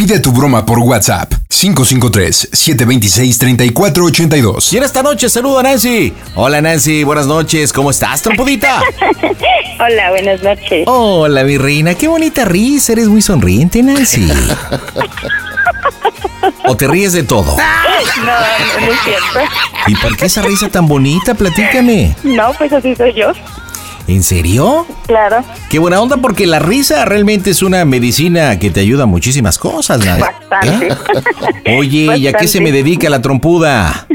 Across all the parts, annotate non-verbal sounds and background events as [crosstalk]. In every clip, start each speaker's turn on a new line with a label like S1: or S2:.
S1: Pide tu broma por WhatsApp 553-726-3482.
S2: Y en esta noche saludo a Nancy. Hola Nancy, buenas noches. ¿Cómo estás, trompudita?
S3: Hola, buenas noches.
S2: Hola, mi reina. Qué bonita risa. Eres muy sonriente, Nancy. ¿O te ríes de todo?
S3: No, [laughs] no, no es cierto.
S2: ¿Y por qué esa risa tan bonita? Platícame.
S3: No, pues así soy yo.
S2: ¿En serio?
S3: Claro.
S2: Qué buena onda porque la risa realmente es una medicina que te ayuda a muchísimas cosas, Nancy. ¿Eh?
S3: Bastante.
S2: ¿Ah? Oye, ¿y a qué se me dedica la trompuda?
S3: [laughs] ¿A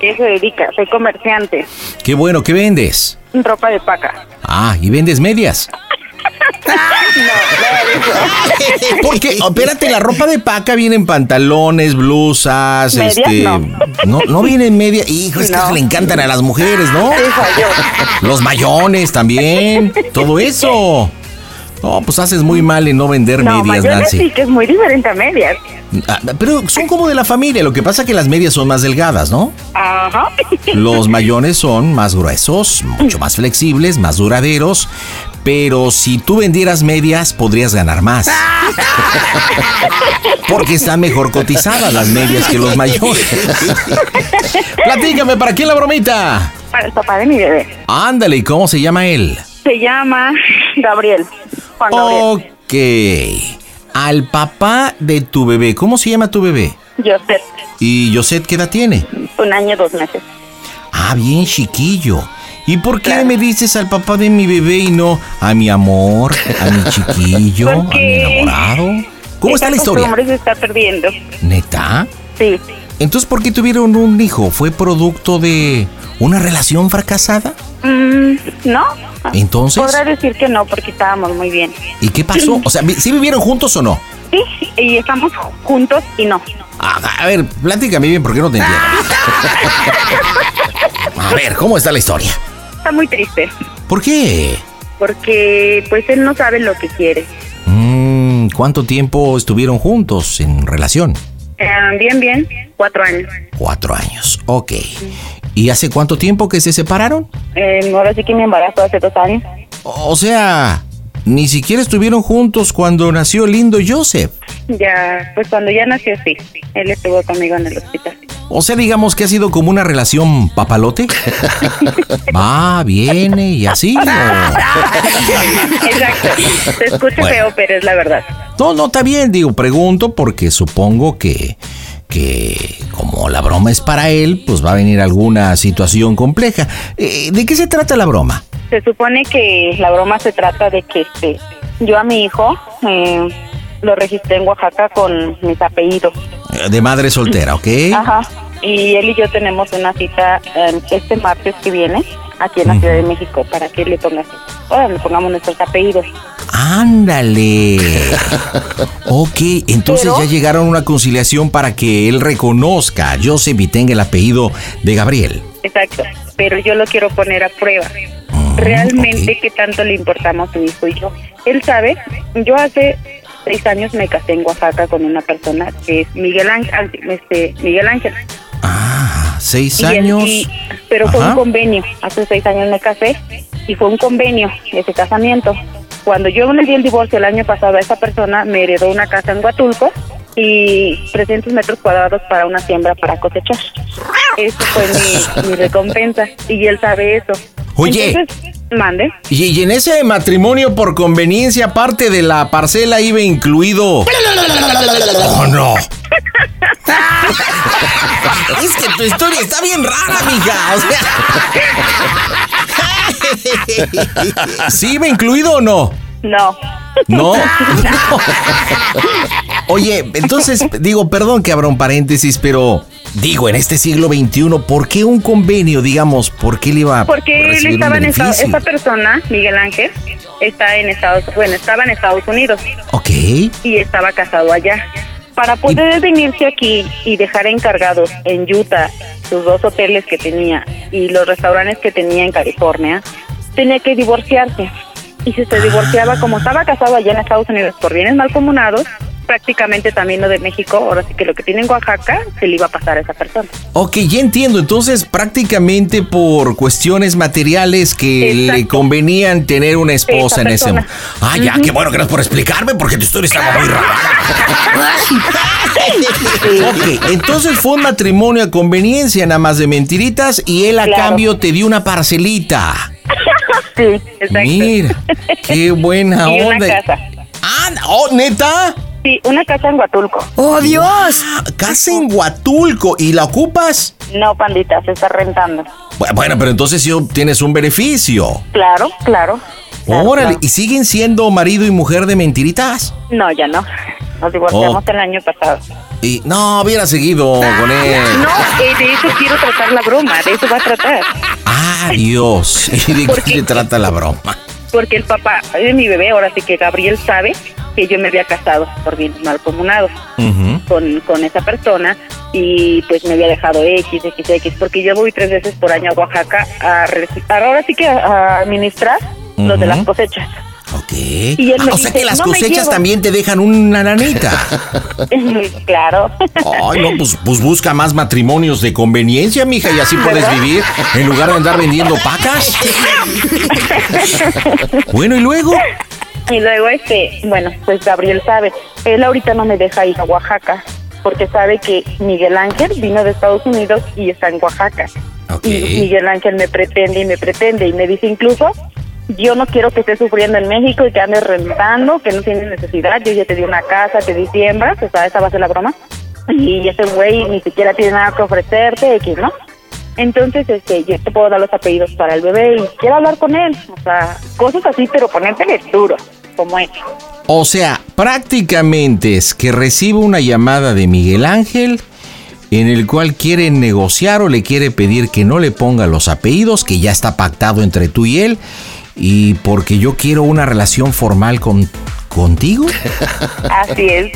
S3: qué se dedica? Soy comerciante.
S2: Qué bueno, ¿qué vendes?
S3: Ropa de paca.
S2: Ah, ¿y vendes
S3: [laughs]
S2: medias? Porque, espérate, la ropa de paca viene en pantalones, blusas,
S3: Medias,
S2: este.
S3: no.
S2: no, no viene en media. Hijo, es que
S3: No.
S2: le encantan a las mujeres, ¿no?
S3: Sí, soy
S2: [laughs]
S3: yo.
S2: Los mayones también, todo eso. No, pues haces muy mal en no vender
S3: No,
S2: medias,
S3: mayones
S2: Nancy.
S3: sí que es muy diferente a medias.
S2: Ah, pero son como de la familia, lo que pasa que las medias son más delgadas, ¿no?
S3: Ajá. [laughs]
S2: Los mayones son más gruesos, mucho más flexibles, más duraderos. Pero si tú vendieras medias, podrías ganar
S3: [laughs]
S2: más. Porque están mejor cotizadas las medias que los
S3: [laughs]
S2: mayores. Platícame, ¿para quién la bromita?
S3: Para el papá de mi bebé.
S2: Ándale, ¿y cómo se llama él?
S3: Se llama Gabriel. Juan Gabriel.
S2: Ok. Al papá de tu bebé. ¿Cómo se llama tu bebé?
S3: Joseph.
S2: ¿Y Josette qué edad tiene?
S3: Un año, dos meses.
S2: Ah, bien chiquillo. ¿Y por qué
S3: Claro.
S2: me dices al papá de mi bebé y no a mi amor, a mi chiquillo, a mi
S3: Porque
S2: enamorado? ¿Cómo está
S3: Esa
S2: la historia?
S3: costumbre se está perdiendo.
S2: ¿Neta?
S3: Sí.
S2: Entonces, ¿por qué tuvieron un hijo? ¿Fue producto de una relación fracasada?
S3: Mm, ¿No?
S2: Entonces,
S3: Podrá decir que no, porque estábamos muy bien.
S2: ¿y qué pasó? O sea, ¿vi- ¿sí vivieron juntos o no?
S3: Sí, y estamos juntos y no.
S2: A, a ver, platícame bien porque no te
S3: [laughs]
S2: entiendo. A ver, ¿cómo está la historia?
S3: Está muy triste.
S2: ¿Por qué?
S3: Porque pues él no sabe lo que quiere.
S2: Mm, ¿Cuánto tiempo estuvieron juntos en relación?
S3: Eh, bien, bien, cuatro años.
S2: Cuatro años, ok. ¿Y hace cuánto tiempo que se separaron?
S3: Eh, ahora sí que me embarazo hace dos años.
S2: O sea, ni siquiera estuvieron juntos cuando nació el lindo Joseph.
S3: Ya, pues cuando ya nació, sí. Él estuvo conmigo en el [laughs] hospital.
S2: O sea, digamos que ha sido como una relación papalote. Va, viene y así. ¿o?
S3: Exacto. Se escucha
S2: Bueno.
S3: feo, pero es la verdad.
S2: No, no, está bien, digo, pregunto porque supongo que, que como la broma es para él, pues va a venir alguna situación compleja. Eh, ¿De qué se trata la broma?
S3: Se supone que la broma se trata de que este, yo a mi hijo eh, lo registré en Oaxaca con mis apellidos.
S2: Eh, De madre soltera, ¿ok?
S3: Ajá. Y él y yo tenemos una cita eh, este martes que viene aquí en la Ciudad de México para que le pongas, ahora le pongamos nuestros apellidos.
S2: [laughs] Ándale. ok, entonces
S3: Pero-
S2: ya llegaron a una conciliación para que él reconozca a Joseph y tenga el apellido de Gabriel.
S3: Exacto. Pero yo lo quiero poner a prueba.
S2: Mm,
S3: Realmente, ¿qué tanto le importamos a mi hijo y yo? Él sabe, yo hace seis años me casé en Oaxaca con una persona que es Miguel Ángel. Este, Miguel Ángel.
S2: Ah, seis
S3: Y él-
S2: años.
S3: y- pero fue
S2: Ajá.
S3: un convenio. Hace seis años me casé y fue un convenio ese casamiento. Cuando yo le di el divorcio el año pasado a esa persona, me heredó una casa en Huatulco y 300 metros cuadrados para una siembra para cosechar.
S2: [laughs]
S3: Eso fue mi, mi recompensa y él sabe eso.
S2: Oye,
S3: Entonces, Mande.
S2: Y, y en ese matrimonio por conveniencia, aparte de la parcela, iba incluido. ¡Oh, no! [laughs] es que tu historia está bien rara, mija. O [laughs] sea. ¿Sí iba incluido o no?
S3: No. [laughs]
S2: No. No. Oye, entonces, digo, perdón que abra un paréntesis, pero digo, en este siglo XXI, ¿por qué un convenio, digamos? ¿Por qué le iba a
S3: Porque él
S2: recibir un
S3: estaba en Estados
S2: beneficio?
S3: Esta persona, Miguel Ángel, está en Estados Bueno, estaba en Estados Unidos
S2: Ok.
S3: y estaba casado allá. Para poder venirse aquí y dejar encargados en Utah sus dos hoteles que tenía y los restaurantes que tenía en California, tenía que divorciarse. Y
S2: Ah.
S3: si se divorciaba, como estaba casado allá en Estados Unidos por bienes malcomunados, prácticamente también lo de México, ahora sí que lo que tiene en Oaxaca, se le iba a pasar a esa persona.
S2: Ok, ya entiendo. Entonces, prácticamente por cuestiones materiales que
S3: Exacto.
S2: le convenían tener una esposa en ese
S3: persona.
S2: momento. Ah, ya, qué bueno, gracias por explicarme, porque tu historia estaba muy
S3: [laughs]
S2: rara. ok, entonces fue un matrimonio a conveniencia, nada más de mentiritas, y él a
S3: Claro.
S2: cambio te dio una parcelita.
S3: Sí, exacto.
S2: Ah, Mira, qué buena
S3: [laughs] Y una
S2: onda.
S3: casa.
S2: Ah, oh, neta.
S3: Sí, una casa en Huatulco.
S2: ¡Oh, Dios! Casa en Huatulco, ¿y la ocupas?
S3: No, pandita, se está rentando.
S2: Bu- Bueno, pero entonces sí obtienes un beneficio.
S3: Claro, claro. Claro,
S2: Órale,
S3: claro.
S2: ¿y siguen siendo marido y mujer de mentiritas?
S3: No, ya no. Nos divorciamos el año pasado.
S2: Y no, hubiera seguido con él.
S3: Ah, No, eh, de eso quiero tratar la broma, de eso va a tratar.
S2: Ah,
S3: [laughs]
S2: Dios. [laughs] ¿Y de
S3: ¿Por
S2: qué
S3: qué?
S2: se trata la broma?
S3: Porque el papá de mi bebé, ahora sí que Gabriel sabe que yo me había casado por bien malcomunado con, con esa persona y pues me había dejado X, X, X, porque yo voy tres veces por año a Oaxaca a, re- ahora sí que a, a administrar lo de las cosechas. [laughs]
S2: Ok.
S3: él me
S2: Ah, o sea
S3: dice,
S2: que las
S3: "No me
S2: cosechas
S3: llevo".
S2: también te dejan una nanita.
S3: [laughs] claro.
S2: Ay, no, pues, pues busca más matrimonios de conveniencia, mija, y así puedes vivir en lugar de andar vendiendo
S3: [laughs]
S2: pacas. Bueno, ¿y luego?
S3: Y luego, este, bueno, pues Gabriel sabe, él ahorita no me deja ir a Oaxaca, porque sabe que Miguel Ángel vino de Estados Unidos y está en Oaxaca.
S2: Ok.
S3: Y Miguel Ángel me pretende y me pretende y me dice incluso, yo no quiero que estés sufriendo en México y que andes rentando, que no tienes necesidad, yo ya te di una casa, te di siembras, o sea, esa va a ser la broma. Y ese güey ni siquiera tiene nada que ofrecerte, X, ¿no? Entonces, este, yo te puedo dar los apellidos para el bebé y quiero hablar con él. O sea, cosas así, pero ponértele duro, como es.
S2: O sea, prácticamente es que recibe una llamada de Miguel Ángel en el cual quiere negociar o le quiere pedir que no le ponga los apellidos, que ya está pactado entre tú y él, y porque yo quiero una relación formal con, contigo.
S3: Así es.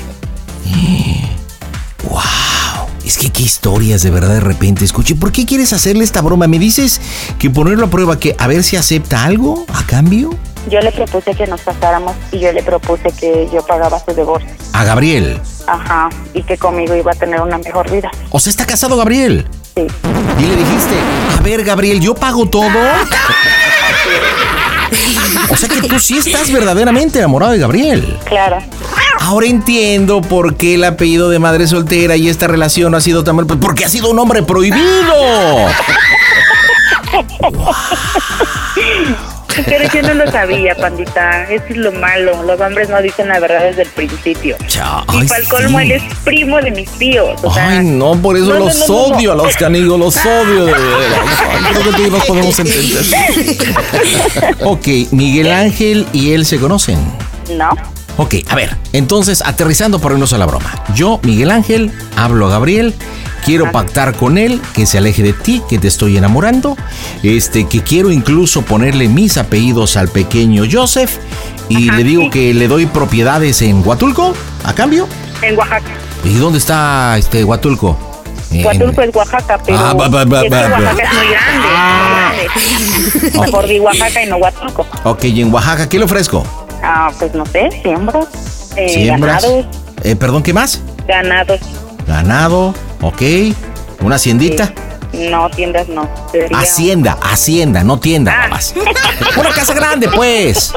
S2: ¡Wow! Es que qué historias de verdad de repente. Escuche, ¿por qué quieres hacerle esta broma? ¿Me dices que ponerlo a prueba, que a ver si acepta algo a cambio?
S3: Yo le propuse que nos casáramos y yo le propuse que yo pagaba su divorcio.
S2: A Gabriel.
S3: Ajá, y que conmigo iba a tener una mejor vida.
S2: O sea, está casado Gabriel.
S3: Sí.
S2: Y le dijiste, a ver, Gabriel, yo pago todo. O sea que tú sí estás verdaderamente enamorado de Gabriel.
S3: Claro,
S2: Ahora entiendo por qué el apellido de madre soltera y esta relación ha sido tan mal. pues, Porque ha sido un hombre prohibido.
S3: pero yo no lo sabía, pandita. Eso es lo malo. Los hombres no dicen la verdad desde el principio.
S2: Cha-
S3: Y
S2: ay,
S3: para el colmo,
S2: sí.
S3: él es primo de mis tíos. O sea,
S2: Ay, no, por eso
S3: No, no,
S2: los
S3: no, no, no.
S2: odio a los canigos, los odio de veras. Ay, Creo que tú y yo nos podemos entender.
S3: [laughs]
S2: ok, Miguel Ángel y él se conocen.
S3: No,
S2: Ok, a ver, entonces aterrizando por irnos a la broma. Yo, Miguel Ángel, hablo a Gabriel, quiero pactar con él, que se aleje de ti, que te estoy enamorando, este, que quiero incluso ponerle mis apellidos al pequeño Joseph y
S3: Ajá,
S2: le digo
S3: sí.
S2: que le doy propiedades en Huatulco a cambio.
S3: en Oaxaca.
S2: ¿Y dónde está este Huatulco? En-
S3: Huatulco es Oaxaca, pero
S2: Eh. Ah, ba, ba, ba,
S3: es que
S2: ba, ba.
S3: Oaxaca es muy grande.
S2: Ah.
S3: es muy grande. Mejor di Oaxaca y no Huatulco.
S2: Ok, y en Oaxaca, ¿qué le ofrezco?
S3: Ah, pues no sé, siembras, eh,
S2: Siembras.
S3: ganados,
S2: Eh, perdón, ¿qué más?
S3: ganados.
S2: Ganado, ok. Una haciendita.
S3: eh, no, tiendas no. sería-
S2: ¿Ah, Hacienda, hacienda, no tienda nada más. [laughs] Una casa grande, pues.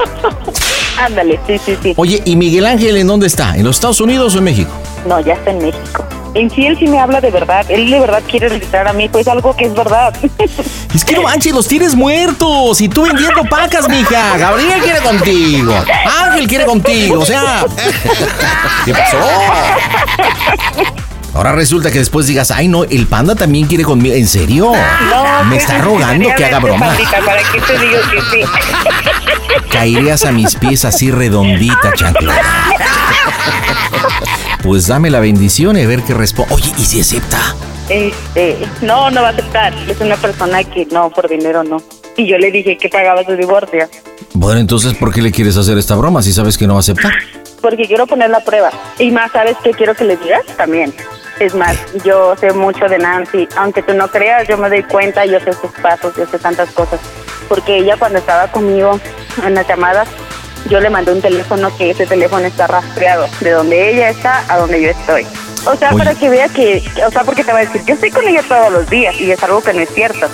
S3: Ándale, sí, sí, sí.
S2: Oye, ¿y Miguel Ángel en dónde está? ¿En los Estados Unidos o en México?
S3: No, ya está en México. En sí, él sí me habla de verdad. Él de verdad quiere regresar a mi hijo. Es algo que es verdad. [laughs]
S2: Es que no manches, los tienes muertos. Y tú vendiendo pacas, mija. Gabriel quiere contigo. Ángel quiere contigo. O sea, ¿qué pasó? Ahora resulta que después digas, ay no, el panda también quiere conmigo. ¿En serio?
S3: No,
S2: Ah, Me
S3: pues,
S2: está rogando que haga broma.
S3: Pandita, ¿Para qué te digo que sí?
S2: Caerías a mis pies así redondita, chancla. Pues dame la bendición y a ver qué responde. Oye, ¿y si acepta?
S3: Este, no, no va a aceptar. Es una persona que no, por dinero no. Y yo le dije que pagaba su divorcio.
S2: Bueno, entonces, ¿por qué le quieres hacer esta broma si sabes que no va a aceptar?
S3: Porque quiero poner la prueba. Y más, ¿sabes qué quiero que le digas? También. Es más, yo sé mucho de Nancy. Aunque tú no creas, yo me doy cuenta, yo sé sus pasos, yo sé tantas cosas. Porque ella cuando estaba conmigo en las llamadas, yo le mandé un teléfono que ese teléfono está rastreado. De donde ella está a donde yo estoy. O sea,
S2: Oye.
S3: para que vea que, o sea, porque te va a decir, yo estoy con ella todos los días y es algo que no es cierto.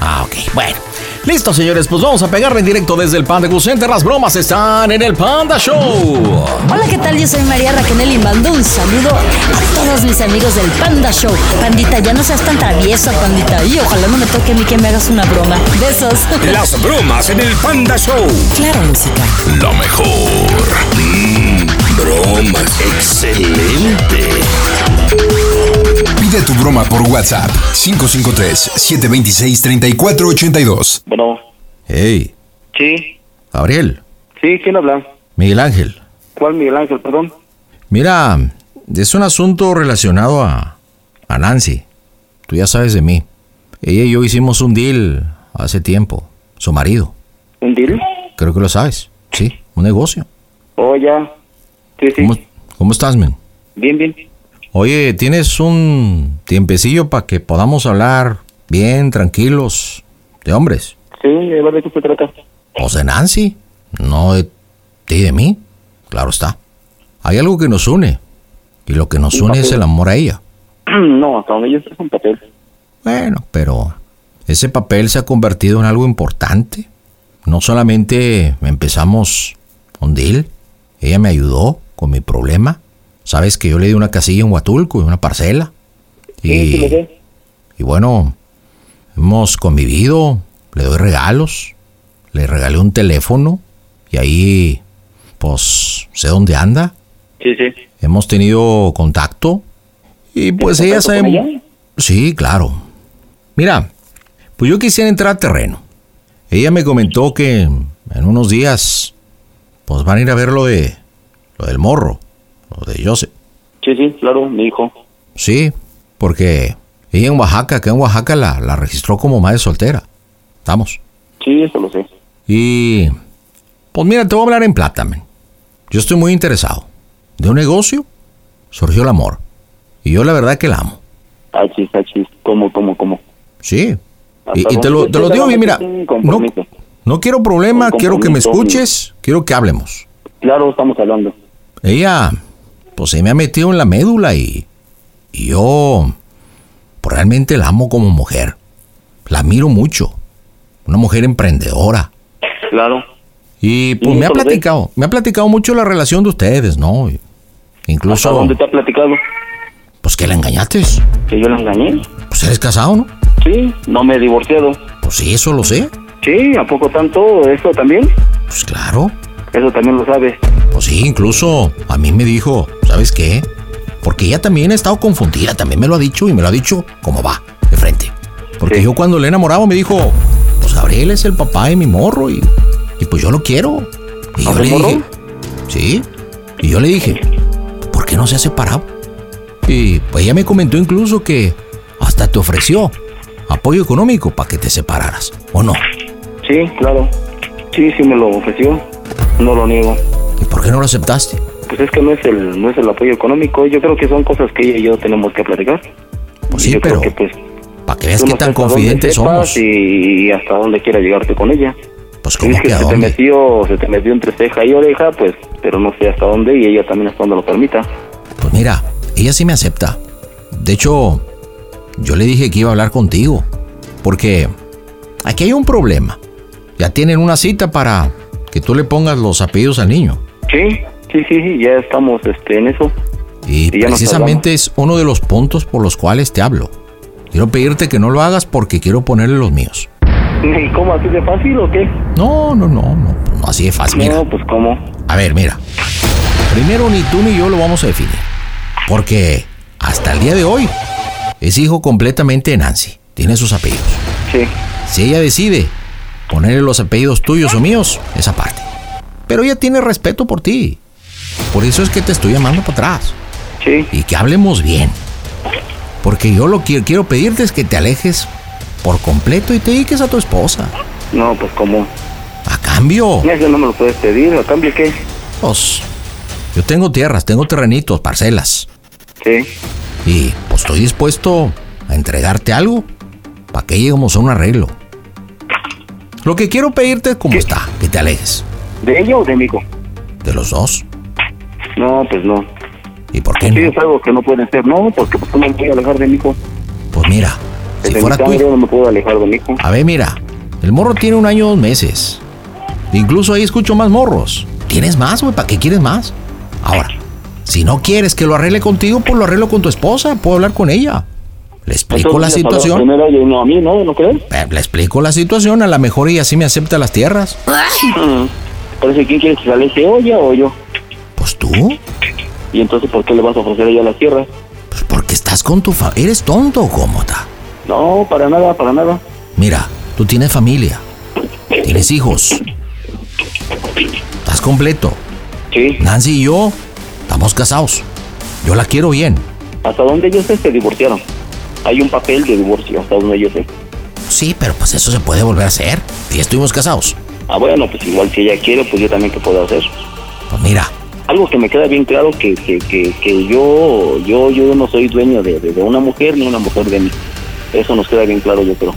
S2: Ah, ok, bueno. Listo, señores, pues vamos a pegarle en directo desde el Panda Cool Center. Las bromas están en el Panda Show.
S4: Hola, ¿qué tal? Yo soy María Raquel y mando un saludo a todos mis amigos del Panda Show. Pandita, ya no seas tan travieso, pandita. Y ojalá no me toque a mí que me hagas una broma. Besos.
S5: Las bromas en el Panda Show.
S4: Claro, música.
S5: Lo mejor. bromas. Excelente.
S1: Pide tu broma por WhatsApp 553-726-3482.
S6: Bueno,
S2: Hey,
S6: sí,
S2: Gabriel,
S6: sí, ¿quién habla?
S2: Miguel Ángel.
S6: ¿Cuál Miguel Ángel, perdón?
S2: Mira, es un asunto relacionado a, a Nancy. Tú ya sabes de mí. Ella y yo hicimos un deal hace tiempo. Su marido.
S6: ¿Un deal?
S2: Creo que lo sabes. Sí, un negocio.
S6: Oh, ya. Sí, sí.
S2: ¿Cómo, cómo estás, men?
S6: Bien, bien.
S2: Oye, ¿tienes un tiempecillo para que podamos hablar bien, tranquilos, de hombres?
S6: Sí, a ver de qué se trata. [clears throat]
S2: ¿O de Nancy? No de ti y de mí. Claro está. Hay algo que nos une. Y lo que nos une es el amor a ella.
S6: no, hasta donde yo sé es un papel.
S2: Bueno, pero ese papel se ha convertido en algo importante. No solamente empezamos un deal, ella me ayudó con mi problema. Sabes que yo le di una casilla en Huatulco y una parcela.
S6: Sí, sí, lo
S2: Y,
S6: sé.
S2: y bueno, hemos convivido, le doy regalos, le regalé un teléfono y ahí, pues, sé dónde anda.
S6: Sí, sí.
S2: Hemos tenido contacto y pues ella
S6: contacto
S2: sabe...
S6: con ella?
S2: Sí, claro. Mira, pues yo quisiera entrar a terreno. Ella me comentó que en unos días pues van a ir a ver lo de lo del morro, lo de Joseph.
S6: Sí, sí, claro, mi hijo.
S2: Sí, porque ella en Oaxaca, que en Oaxaca la, la registró como madre soltera. Estamos.
S6: Sí, eso lo sé.
S2: Y pues mira, te voy a hablar en plata, men. Yo estoy muy interesado. De un negocio surgió el amor. Y yo la verdad que la amo.
S6: Achis, achis. ah, ¿Cómo, cómo, cómo?
S2: Sí.
S6: Hasta
S2: Y, y te, lo,
S6: donde
S2: te lo digo
S6: llega la
S2: bien, mira.
S6: sin
S2: No,
S6: compromiso.
S2: no quiero problema,
S6: Sin
S2: quiero que me
S6: compromiso.
S2: escuches, quiero que hablemos.
S6: Claro, estamos hablando.
S2: Ella, pues se me ha metido en la médula y, y yo, pues realmente la amo como mujer. La admiro mucho. Una mujer emprendedora.
S6: Claro.
S2: Y pues
S6: Sí,
S2: me ha
S6: eso lo sé.
S2: platicado, me ha platicado mucho la relación de ustedes, ¿no? Y-
S6: ¿Hasta
S2: Incluso,
S6: dónde te ha platicado?
S2: pues que la engañaste.
S6: ¿Que yo la engañé?
S2: Pues eres casado, ¿no?
S6: Sí, no me he divorciado.
S2: Pues sí, eso lo sé.
S6: Sí, ¿a poco tanto? ¿Eso también?
S2: Pues claro.
S6: Eso también lo sabes.
S2: Pues sí, incluso a mí me dijo, ¿sabes qué? Porque ella también ha estado confundida, también me lo ha dicho y me lo ha dicho como va, de frente. Porque
S6: Sí.
S2: yo cuando le he enamorado me dijo, pues Gabriel es el papá de mi morro y, y pues yo lo quiero. Y yo
S6: tu
S2: le
S6: morro?
S2: dije, sí, y yo le dije, ¿por qué no se ha separado? Y pues ella me comentó incluso que hasta te ofreció apoyo económico para que te separaras, ¿o no?
S6: Sí, claro. Sí, sí me lo ofreció. No lo niego.
S2: ¿Y por qué no lo aceptaste?
S6: Pues es que no es el no es el apoyo económico. Yo creo que son cosas que ella y yo tenemos que platicar.
S2: Pues
S6: Y
S2: sí,
S6: yo
S2: pero
S6: creo que pues
S2: para que veas
S6: tú
S2: qué
S6: no
S2: tan
S6: sabes a dónde
S2: confidentes
S6: sepas
S2: somos.
S6: Y, y hasta dónde quiera llegarte con ella.
S2: Pues
S6: Si es
S2: como
S6: que
S2: que a
S6: se te
S2: dónde?
S6: metió se te metió entre ceja y oreja, pues, pero no sé hasta dónde y ella también hasta donde lo permita.
S2: Pues mira, ella sí me acepta. De hecho, yo le dije que iba a hablar contigo. Porque aquí hay un problema. Ya tienen una cita para que tú le pongas los apellidos al niño.
S6: Sí, sí, sí, sí, ya estamos este en eso. [laughs]
S2: Y
S6: Y ya nos
S2: precisamente es uno de los puntos por los cuales te hablo. Quiero pedirte que no lo hagas porque quiero ponerle los míos.
S6: ¿Y cómo así de fácil o qué?
S2: No, no, no, no, no, así de fácil. Mira,
S6: No, pues cómo.
S2: a ver, mira. Primero ni tú ni yo lo vamos a definir. Porque hasta el día de hoy es hijo completamente de Nancy. Tiene sus apellidos.
S6: Sí.
S2: Si ella decide ponerle los apellidos tuyos o míos, esa parte. Pero ella tiene respeto por ti. Por eso es que te estoy llamando para atrás.
S6: Sí.
S2: y que hablemos bien. Porque yo lo que quiero pedirte es que te alejes por completo y te dediques a tu esposa.
S6: No, pues cómo.
S2: A cambio,
S6: Eso no me lo puedes pedir. ¿A cambio qué?
S2: pues, yo tengo tierras, tengo terrenitos, parcelas.
S6: Sí.
S2: Y pues estoy dispuesto a entregarte algo para que lleguemos a un arreglo. Lo que quiero pedirte es como está, que te alejes
S6: ¿De ella o de Mico?
S2: de los dos.
S6: No, pues no.
S2: ¿Y por qué
S6: Sí,
S2: no?
S6: es algo que no puede ser. No, porque pues, ¿cómo me voy a alejar de Mico?
S2: Pues mira, si
S6: Desde
S2: fuera
S6: mi
S2: tú...
S6: sangre no me puedo alejar de Mico.
S2: A ver, mira, el morro tiene un año y dos meses. Incluso ahí escucho más morros. ¿Tienes más, güey? ¿Para qué quieres más? Ahora, si no quieres que lo arregle contigo, pues lo arreglo con tu esposa. Puedo hablar con ella. Le explico la
S6: Entonces, le pagaron
S2: situación.
S6: Primero a ella y no a mí, ¿no? ¿No crees?
S2: Eh, Le explico la situación. A lo mejor ella sí me acepta las tierras.
S6: Mm. Parece que quién quiere que se aleje, o ella o yo.
S2: Pues tú,
S6: Y entonces, ¿por qué le vas a ofrecer a ella la tierra?
S2: pues porque estás con tu familia. ¿Eres tonto o cómo está?
S6: No, para nada, para nada.
S2: Mira, tú tienes familia. Tienes hijos. Estás completo.
S6: Sí.
S2: Nancy y yo estamos casados. Yo la quiero bien.
S6: Hasta donde yo sé, se divorciaron. Hay un papel de divorcio, hasta donde yo sé.
S2: Sí, pero pues eso se puede volver a hacer. Si estuvimos casados.
S6: Ah, bueno, pues igual si ella quiere, pues yo también que puedo hacer.
S2: Pues mira,
S6: Algo que me queda bien claro que, que, que, que yo, yo, yo no soy dueño de, de- de una mujer ni una mujer de mí. Eso nos queda bien claro, yo creo.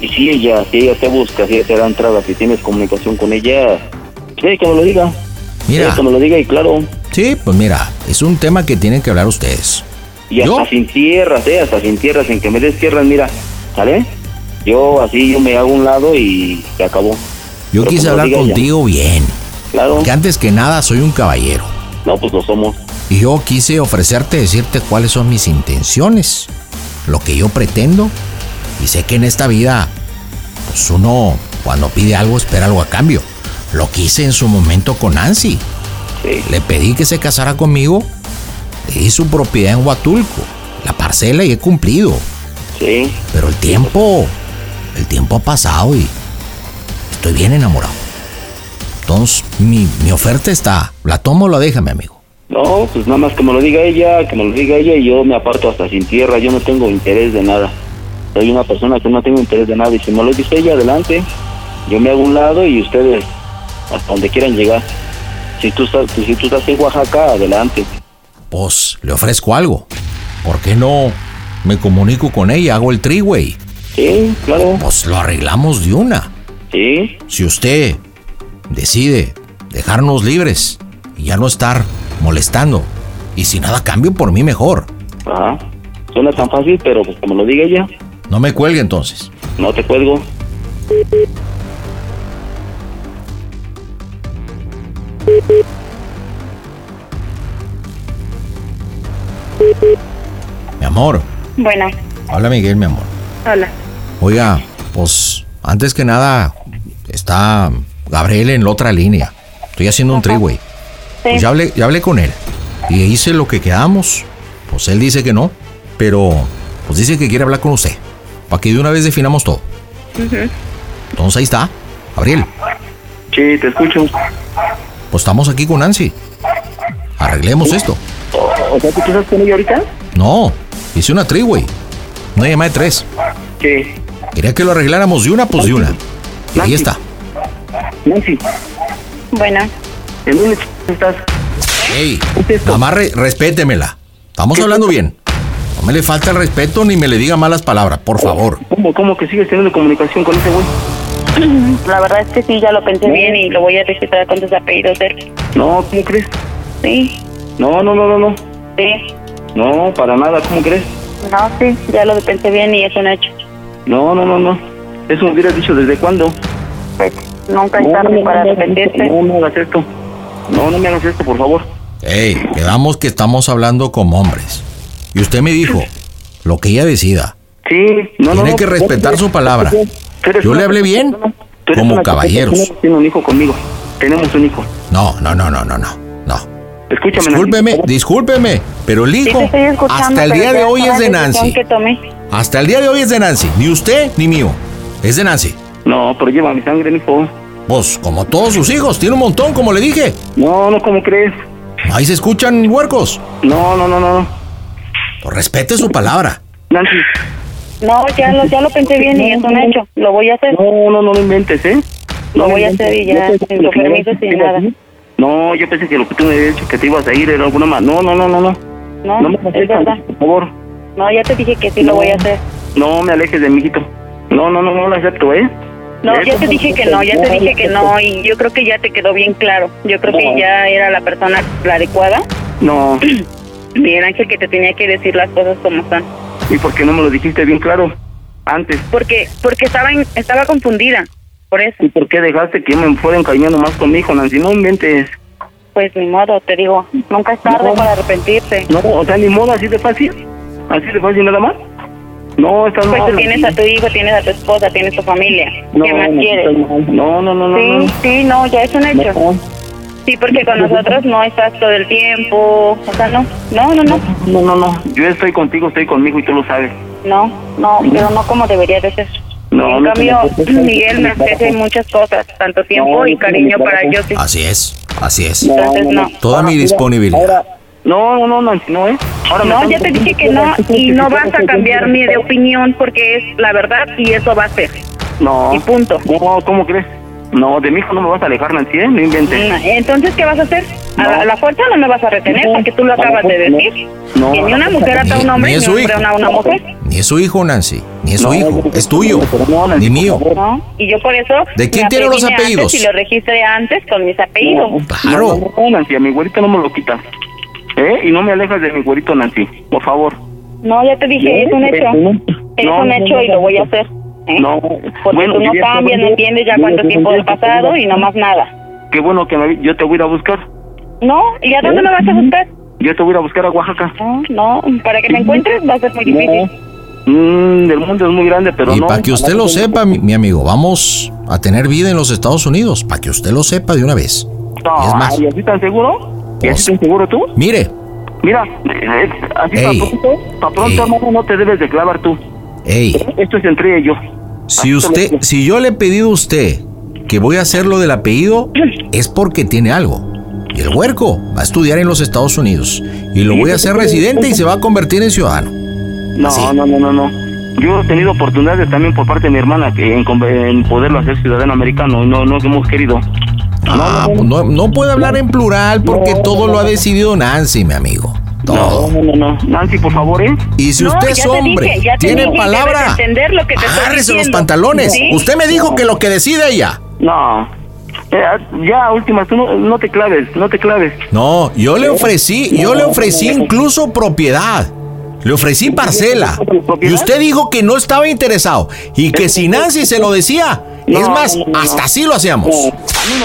S6: Y si ella, si ella te busca, si ella te da entrada, si tienes comunicación con ella, sí, que me lo diga.
S2: mira.
S6: Sí, que me lo diga y claro,
S2: Sí, pues mira, es un tema que tienen que hablar ustedes.
S6: Y hasta
S2: ¿Yo?
S6: sin tierras, ¿eh? Hasta sin tierras, en que me des tierras, mira, ¿sale? Yo así, yo me hago un lado y se acabó.
S2: Yo
S6: Pero
S2: quise
S6: como lo
S2: hablar
S6: diga ella.
S2: contigo bien.
S6: Claro,
S2: Que antes que nada soy un caballero.
S6: no, pues lo somos.
S2: Y yo quise ofrecerte, decirte cuáles son mis intenciones. Lo que yo pretendo. Y sé que en esta vida, pues uno cuando pide algo espera algo a cambio. Lo quise en su momento con Nancy.
S6: Sí,
S2: Le pedí que se casara conmigo. Le di su propiedad en Huatulco, la parcela y he cumplido.
S6: sí,
S2: Pero el tiempo, el tiempo ha pasado y estoy bien enamorado. Entonces, mi, mi oferta está. La tomo o la deja, mi amigo.
S6: no, pues nada más que me lo diga ella, que me lo diga ella y yo me aparto hasta sin tierra, yo no tengo interés de nada. Soy una persona que no tengo interés de nada y si me lo dice ella, adelante. Yo me hago un lado y ustedes hasta donde quieran llegar. Si tú estás, si tú estás en Oaxaca, adelante.
S2: Pues le ofrezco algo. ¿Por qué no me comunico con ella? Hago el triway.
S6: Sí, claro,
S2: Pues lo arreglamos de una.
S6: sí,
S2: Si usted decide dejarnos libres y ya no estar molestando. Y si nada cambio por mí, mejor.
S6: Ajá. Suena tan fácil, pero pues como lo diga ella,
S2: No me cuelgue entonces.
S6: no te cuelgo.
S2: Mi amor.
S3: Bueno,
S2: Hola Miguel, mi amor.
S3: hola.
S2: Oiga, pues antes que nada está Gabriel en la otra línea. Estoy haciendo un triway.
S3: Sí.
S2: Pues ya hablé, ya hablé con él y hice lo que quedamos. Pues él dice que no, pero pues dice que quiere hablar con usted. Para que de una vez definamos todo. Entonces ahí está. Gabriel,
S6: Sí, te escucho.
S2: pues estamos aquí con Nancy. Arreglemos esto.
S6: O, o sea, ¿tú quizás con ella ahorita?
S2: No, hice una triway. Una llamada de tres.
S6: Sí.
S2: Quería que lo arregláramos de una, pues de una. Y ahí está.
S6: Nancy,
S3: Bueno,
S6: ¿en dónde ch- estás?
S2: Ey,
S6: ¿Qué es eso?
S2: nada más re- respétemela. Estamos
S6: ¿Qué
S2: hablando
S6: es
S2: bien. No me le falta el respeto ni me le diga malas palabras, por favor.
S6: ¿Cómo, cómo que sigues teniendo comunicación con ese güey?
S3: la verdad es que sí, ya lo pensé bien y lo voy a registrar con tus apellidos. ¿eh?
S6: No, ¿cómo crees?
S3: Sí,
S6: No, no, no, no, no.
S3: sí.
S6: No, para nada, ¿cómo crees?
S3: No, sí, ya lo pensé bien y es un hecho.
S6: No, no, no, no. Eso me hubieras dicho desde cuándo.
S3: Pues nunca es
S6: no,
S3: tarde
S6: no,
S3: para
S6: no, no,
S3: arrepentirse.
S6: No, no hagas esto. No, no me hagas esto, por favor.
S2: Ey, quedamos que estamos hablando como hombres. Y usted me dijo, lo que ella decida.
S6: Sí, no, no.
S2: Tiene
S6: no,
S2: que
S6: tú
S2: respetar
S6: eres-
S2: su palabra.
S6: tú eres
S2: Yo
S6: una
S2: le hablé bien,
S6: persona- tú eres
S2: como
S6: una
S2: caballeros.
S6: persona que Tiene un hijo conmigo. Tenemos un hijo.
S2: No, no, no, no, no, no, no.
S6: Escúchame.
S2: Discúlpeme,
S6: Nandito.
S2: discúlpeme, pero el
S3: Sí
S2: hijo
S3: te estoy escuchando,
S2: hasta el
S3: pero
S2: día
S3: ya
S2: de hoy
S3: estaba
S2: es de
S3: la decisión
S2: Nancy.
S3: que tomé.
S2: Hasta el día de hoy es de Nancy. Ni usted ni mío. Es de Nancy.
S6: No, pero lleva mi sangre, mi hijo.
S2: Pues, como todos sus hijos, tiene un montón, como le dije.
S6: No, no, ¿cómo crees?
S2: Ahí se escuchan huercos.
S6: No, no, no, no.
S2: Pues, respete su palabra.
S6: Nancy,
S3: No, ya lo, ya lo pensé bien y es un hecho. Lo voy a hacer.
S6: no, no, no lo inventes, ¿eh?
S3: Lo
S6: No
S3: voy a
S6: inventes.
S3: hacer y
S6: Yo
S3: ya,
S6: pensé
S3: sin
S6: que lo
S3: tu
S6: que me
S3: permiso,
S6: habías
S3: sin
S6: dicho
S3: nada.
S6: así- No, yo pensé que lo que tú me habías dicho que te ibas a ir era alguna más. No, no, no, no, no.
S3: No,
S6: No me
S3: es
S6: alejes,
S3: Ah, pues verdad.
S6: por favor.
S3: No, ya te dije que sí lo
S6: No.
S3: voy a hacer.
S6: No me alejes de mi hijito. No, no, no, no lo acepto, ¿eh?
S3: No,
S6: ¿Eh?
S3: ya te dije que no, ya te dije que no y yo creo que ya te quedó bien claro. Yo creo que
S6: No.
S3: ya era la persona la adecuada.
S6: No.
S3: Miguel Ángel que te tenía que decir las cosas como están.
S6: ¿Y por qué no me lo dijiste bien claro antes?
S3: Porque porque estaba en- estaba confundida. Por eso,
S6: ¿Y por qué dejaste que yo me fuera encariñando más con mi hijo, Nancy? No inventes.
S3: pues ni modo, te digo, nunca es tarde
S6: No.
S3: para arrepentirse.
S6: No, o sea, ni modo, así de fácil. Así de fácil nada más. No, estás
S3: Pues
S6: mal.
S3: tú tienes a
S6: Nancy.
S3: tu hijo, tienes a tu esposa, tienes tu familia.
S6: No,
S3: ¿Qué más
S6: Nancy,
S3: quieres?
S6: estás mal. No, no, no, no.
S3: Sí,
S6: no.
S3: sí, no, ya es un hecho.
S6: No,
S3: Sí, porque con nosotros no estás todo el tiempo. O sea, no, no, no, no,
S6: no, no, no. Yo estoy contigo, estoy conmigo y tú lo sabes.
S3: no, no, pero no como debería de ser.
S6: No,
S3: en
S6: no
S3: cambio,
S6: tiene por qué ser.
S3: Miguel me ofrece muchas cosas, tanto tiempo
S6: No,
S3: y
S6: no tiene Ah,
S3: cariño
S6: por
S3: para
S6: qué.
S3: yo. sí.
S2: Así es, así es.
S3: Entonces, no.
S2: Toda mi
S6: mira,
S2: disponibilidad.
S6: ahora- no, no, no, Nancy, no, ¿eh? Ahora me
S3: No,
S6: estás-
S3: ya te dije que no y no vas a cambiar ni de opinión porque es la verdad y eso va a ser.
S6: No.
S3: Y punto.
S6: No, ¿cómo crees? No, de mi hijo no me vas a alejar, Nancy, ¿eh? No inventes.
S3: Mm, Entonces, ¿qué vas a hacer? A la,
S6: No.
S3: a la fuerza no me vas a retener
S6: No,
S3: porque tú lo
S6: a la
S3: acabas de
S6: fuerza no.
S3: decir.
S6: No,
S3: Que
S6: a
S3: ni
S6: la
S3: una
S6: fuerza
S3: mujer
S6: no.
S3: ata a un
S2: Ni-
S3: hombre,
S2: ni
S3: ni
S2: es
S3: un
S2: su
S3: hombre
S2: hijo.
S3: a una, una mujer.
S2: Ni es su hijo, Nancy. Ni es su
S6: No,
S2: hijo.
S6: yo-
S2: Es tuyo.
S6: no, Nancy,
S2: Ni
S6: por
S2: mío.
S6: favor.
S3: ¿no? Y yo por eso.
S2: ¿De
S3: me
S2: quién tienen los
S3: apellidé antes
S2: apellidos?
S3: Y lo registré antes con mis apellidos.
S6: No,
S2: Claro.
S6: No, no, no, Nancy, a mi güerito no me lo quitas. ¿Eh? Y no me alejas de mi güerito, Nancy, por favor.
S3: No, ya te dije, es un hecho. Es
S6: No,
S3: un
S6: no,
S3: hecho
S6: no,
S3: y
S6: no,
S3: lo voy a
S6: no.
S3: hacer. ¿eh?
S6: No.
S3: Porque
S6: Bueno,
S3: tú no
S6: diría que
S3: cambias, no
S6: bueno,
S3: entiendes ya
S6: diría
S3: cuánto
S6: que
S3: tiempo
S6: bueno,
S3: ha pasado y no más nada.
S6: Qué bueno que me- yo te voy a ir a buscar.
S3: No, ¿y a dónde me vas a juntar?
S6: Yo te voy a ir a buscar a Oaxaca.
S3: No, no, para que me encuentres va a ser muy difícil.
S6: Mm, el mundo es muy grande, pero
S2: Y
S6: no.
S2: para que usted lo
S6: Ojalá que-
S2: sepa, mi, mi amigo, vamos a tener vida en los Estados Unidos. Para que usted lo sepa de una vez.
S6: No,
S2: Y es más.
S6: ¿Y así tan seguro? ¿Y
S2: Pues-
S6: así tan seguro tú?
S2: Mire,
S6: Mira, eh, eh, así
S2: Ey.
S6: para pronto, pa' pronto,
S2: Ey.
S6: hermano, no te debes de clavar tú.
S2: hey,
S6: Esto es entre ellos.
S2: si usted, si yo le he pedido a usted que voy a hacer lo del
S6: [clears throat]
S2: apellido, es porque tiene algo. Y el huerco va a estudiar en los Estados Unidos. Y lo voy a hacer residente y se va a convertir en ciudadano.
S6: No,
S2: así.
S6: no, no, no, no. Yo he tenido oportunidades también por parte de mi hermana que en, con- en poderlo hacer ciudadano americano y no, no hemos querido.
S2: Ah, pues no, no puede hablar en plural porque todo lo ha decidido Nancy, mi amigo. Todo.
S6: No, no, no. Nancy, por favor, ¿eh?
S2: Y si
S3: No,
S2: usted
S3: ya
S2: es
S3: te
S2: hombre,
S3: dije, ya te
S2: tiene
S3: dije,
S2: palabra,
S3: debes entender lo que te estoy
S2: agárrese los
S3: diciendo.
S2: pantalones.
S3: Sí.
S2: Usted me dijo que lo que decide ella.
S6: No. Eh, ya, última, tú no, no te claves, no te claves.
S2: No, yo le ofrecí, yo le ofrecí incluso propiedad. Le ofrecí parcela. Y usted dijo que no estaba interesado. Y que si Nancy se lo decía, es más, hasta así lo hacíamos.
S6: No,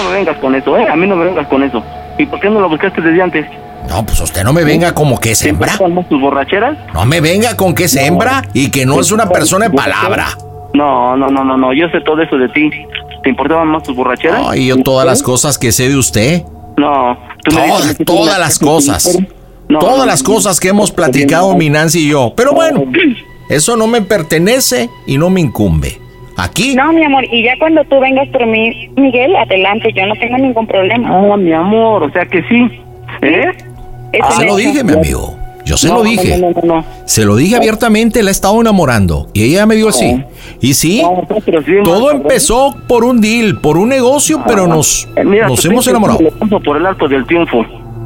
S6: Oh, a mí no me vengas con eso, ¿eh? A mí no me vengas con eso. ¿Y por qué no lo buscaste desde antes?
S2: No, pues usted no me venga como que
S6: ¿Te
S2: sembra.
S6: gustan más tus borracheras?
S2: No me venga con que sembra y que no es una persona de palabra.
S6: No, no, no, no, no. Yo sé todo eso de ti. ¿Te importaban más tus borracheras?
S2: No, y yo todas las cosas que sé de usted.
S6: No, tú me
S2: Todas,
S6: dices que tú
S2: todas
S6: me-
S2: las cosas.
S6: No,
S2: todas
S6: no,
S2: las
S6: no.
S2: cosas que hemos platicado mi Nancy y yo. Pero bueno, eso no me pertenece y no me incumbe. Aquí,
S3: No, mi amor, y ya cuando tú vengas por mí, Miguel, adelante, yo no tengo ningún problema.
S6: Ah, mi amor, o sea que sí. ¿Eh?
S3: Es
S2: Ah, se
S3: un
S2: lo
S3: hecho.
S2: dije, mi amigo. Yo se
S6: No,
S2: lo
S6: no,
S2: dije.
S6: No, no, no. no.
S2: Se lo dije abiertamente, la he estado enamorando. Y ella me dio el sí.
S6: No.
S2: Y sí,
S6: No, no, pero sí,
S2: todo
S6: hermano,
S2: empezó por un deal, por un negocio, pero nos,
S6: Eh, mira,
S2: nos
S6: tú
S2: hemos
S6: piensas
S2: enamorado.
S6: que Me lo paso por el arco del triunfo.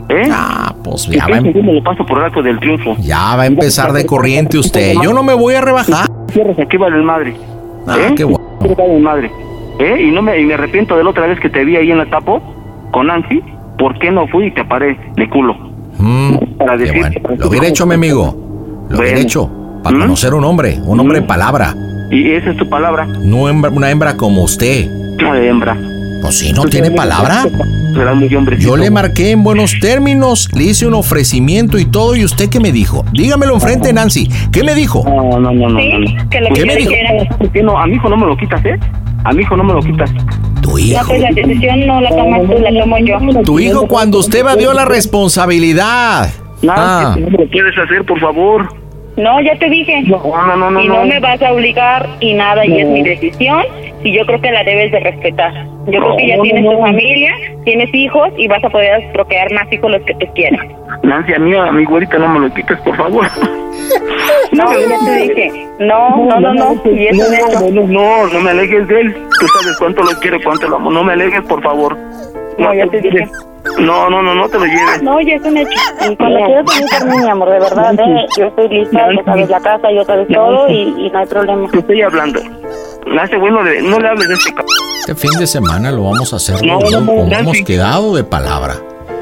S6: ¿Eh?
S2: Ah, pues
S6: Tú
S2: ya va,
S6: piensas
S2: em-
S6: que me lo paso por el arco del triunfo.
S2: ya va a empezar de corriente usted. Yo no me voy a rebajar.
S6: Cierras aquí vale el madre.
S2: Ah,
S6: ¿Eh?
S2: qué bueno.
S6: Aquí vale el madre. ¿Eh? Y no me, y me arrepiento de la otra vez que te vi ahí en la tapo con Nancy. ¿Por qué no fui y te paré de culo?
S2: Mm,
S6: Para
S2: qué
S6: decirte,
S2: bueno.
S6: para
S2: Lo hubiera
S6: decirte.
S2: hecho, mi amigo. Lo hubiera
S6: Bueno.
S2: hecho. Para
S6: ¿Mm?
S2: conocer un hombre, un hombre de palabra.
S6: Y esa es tu palabra,
S2: No hembra- una hembra como usted.
S6: no de hembra.
S2: Pues si no tiene palabra.
S6: Será muy hombrecito.
S2: Yo le marqué en buenos términos, le hice un ofrecimiento y todo, y usted qué me dijo. Dígamelo enfrente, Nancy. ¿Qué me dijo?
S6: No, no, no, no.
S3: Sí,
S6: no, no.
S3: que lo
S6: Pues,
S3: que
S2: yo
S6: ¿qué
S2: dijera.
S6: me- ¿Por qué no? A mi hijo no me lo quitas, ¿eh? A mi hijo no me lo quitas.
S2: Tu
S3: No,
S2: hijo.
S3: pues la decisión no la tomas tú, la tomo yo.
S2: Tu hijo cuando usted evadió la responsabilidad.
S6: No,
S2: Ah,
S6: que no me lo quieres hacer, por favor.
S3: No, ya te dije.
S6: No, no, no, no.
S3: y no me vas a obligar y nada, y es mi decisión, y yo creo que la debes de respetar. Yo creo que ya
S6: No,
S3: tienes
S6: no,
S3: tu
S6: no.
S3: familia, tienes hijos, y vas a poder procrear más hijos los que te quieran.
S6: Nancy, a mí, a mi güerita no me lo quites, por favor.
S3: No, ya te dije, no, no, no, no, y es un hecho.
S6: no, no, no, no me alejes de él. Tú sabes cuánto lo quiero, cuánto lo amo. No me alejes, por favor.
S3: No, ya te dije.
S6: No, no, no, no te lo lleves.
S3: No, ya es un hecho. Y cuando quieras venir por mí, mi amor, de verdad, eh, yo estoy lista, ya sabes la casa, yo sabes todo, y, y no hay problema.
S6: Te estoy hablando. Nancy, güey, no le, no le hables de este cabrón.
S2: este fin de semana lo vamos a hacer
S6: No,
S2: reunión,
S6: no, no,
S2: como
S6: Nancy.
S2: hemos quedado de palabra.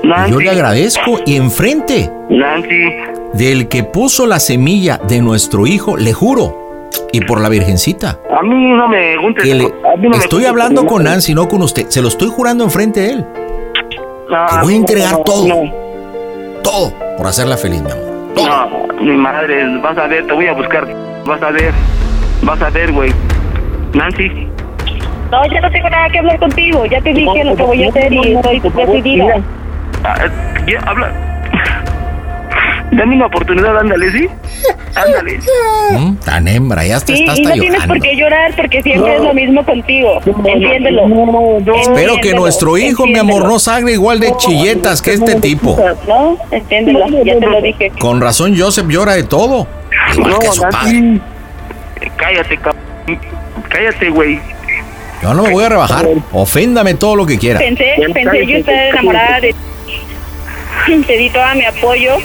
S2: Y
S6: Nancy,
S2: yo le agradezco y enfrente
S6: Nancy,
S2: del que puso la semilla de nuestro hijo, le juro, y por la Virgencita,
S6: a mí no me juntes.
S2: que le
S6: a mí no me
S2: estoy
S6: juntes
S2: hablando con
S6: nadie.
S2: Nancy, no con usted, se lo estoy jurando enfrente de él.
S6: No,
S2: Te voy a entregar
S6: no,
S2: todo.
S6: No,
S2: Todo por hacerla feliz, mi amor.
S6: no, mi madre, vas a ver, te voy a buscar. Vas a ver, vas a ver, güey. Nancy.
S3: No, ya no tengo nada que hablar contigo, ya te dije lo que voy a hacer y estoy decidida.
S6: Ah, ya, habla. Dame una oportunidad, ándale, ¿sí? Ándale.
S2: Mm, Tan hembra, ya hasta
S3: Sí,
S2: está
S3: y
S2: hasta
S3: no tienes
S2: llorando.
S3: por qué llorar porque siempre es lo mismo contigo. Entiéndelo.
S2: Espero que
S3: Entiéndelo,
S2: nuestro hijo, mi amor, no salga igual de chilletas que este tipo.
S3: No, entiéndelo, ya te lo dije.
S2: Con razón, Joseph llora de todo. Igual que su padre.
S6: Nancy. Cállate, cabrón. Cállate, güey.
S2: Yo no me voy a rebajar. Oféndame todo lo que quiera.
S3: Pensé, pensé yo estar enamorada de ti. Te di todo mi apoyo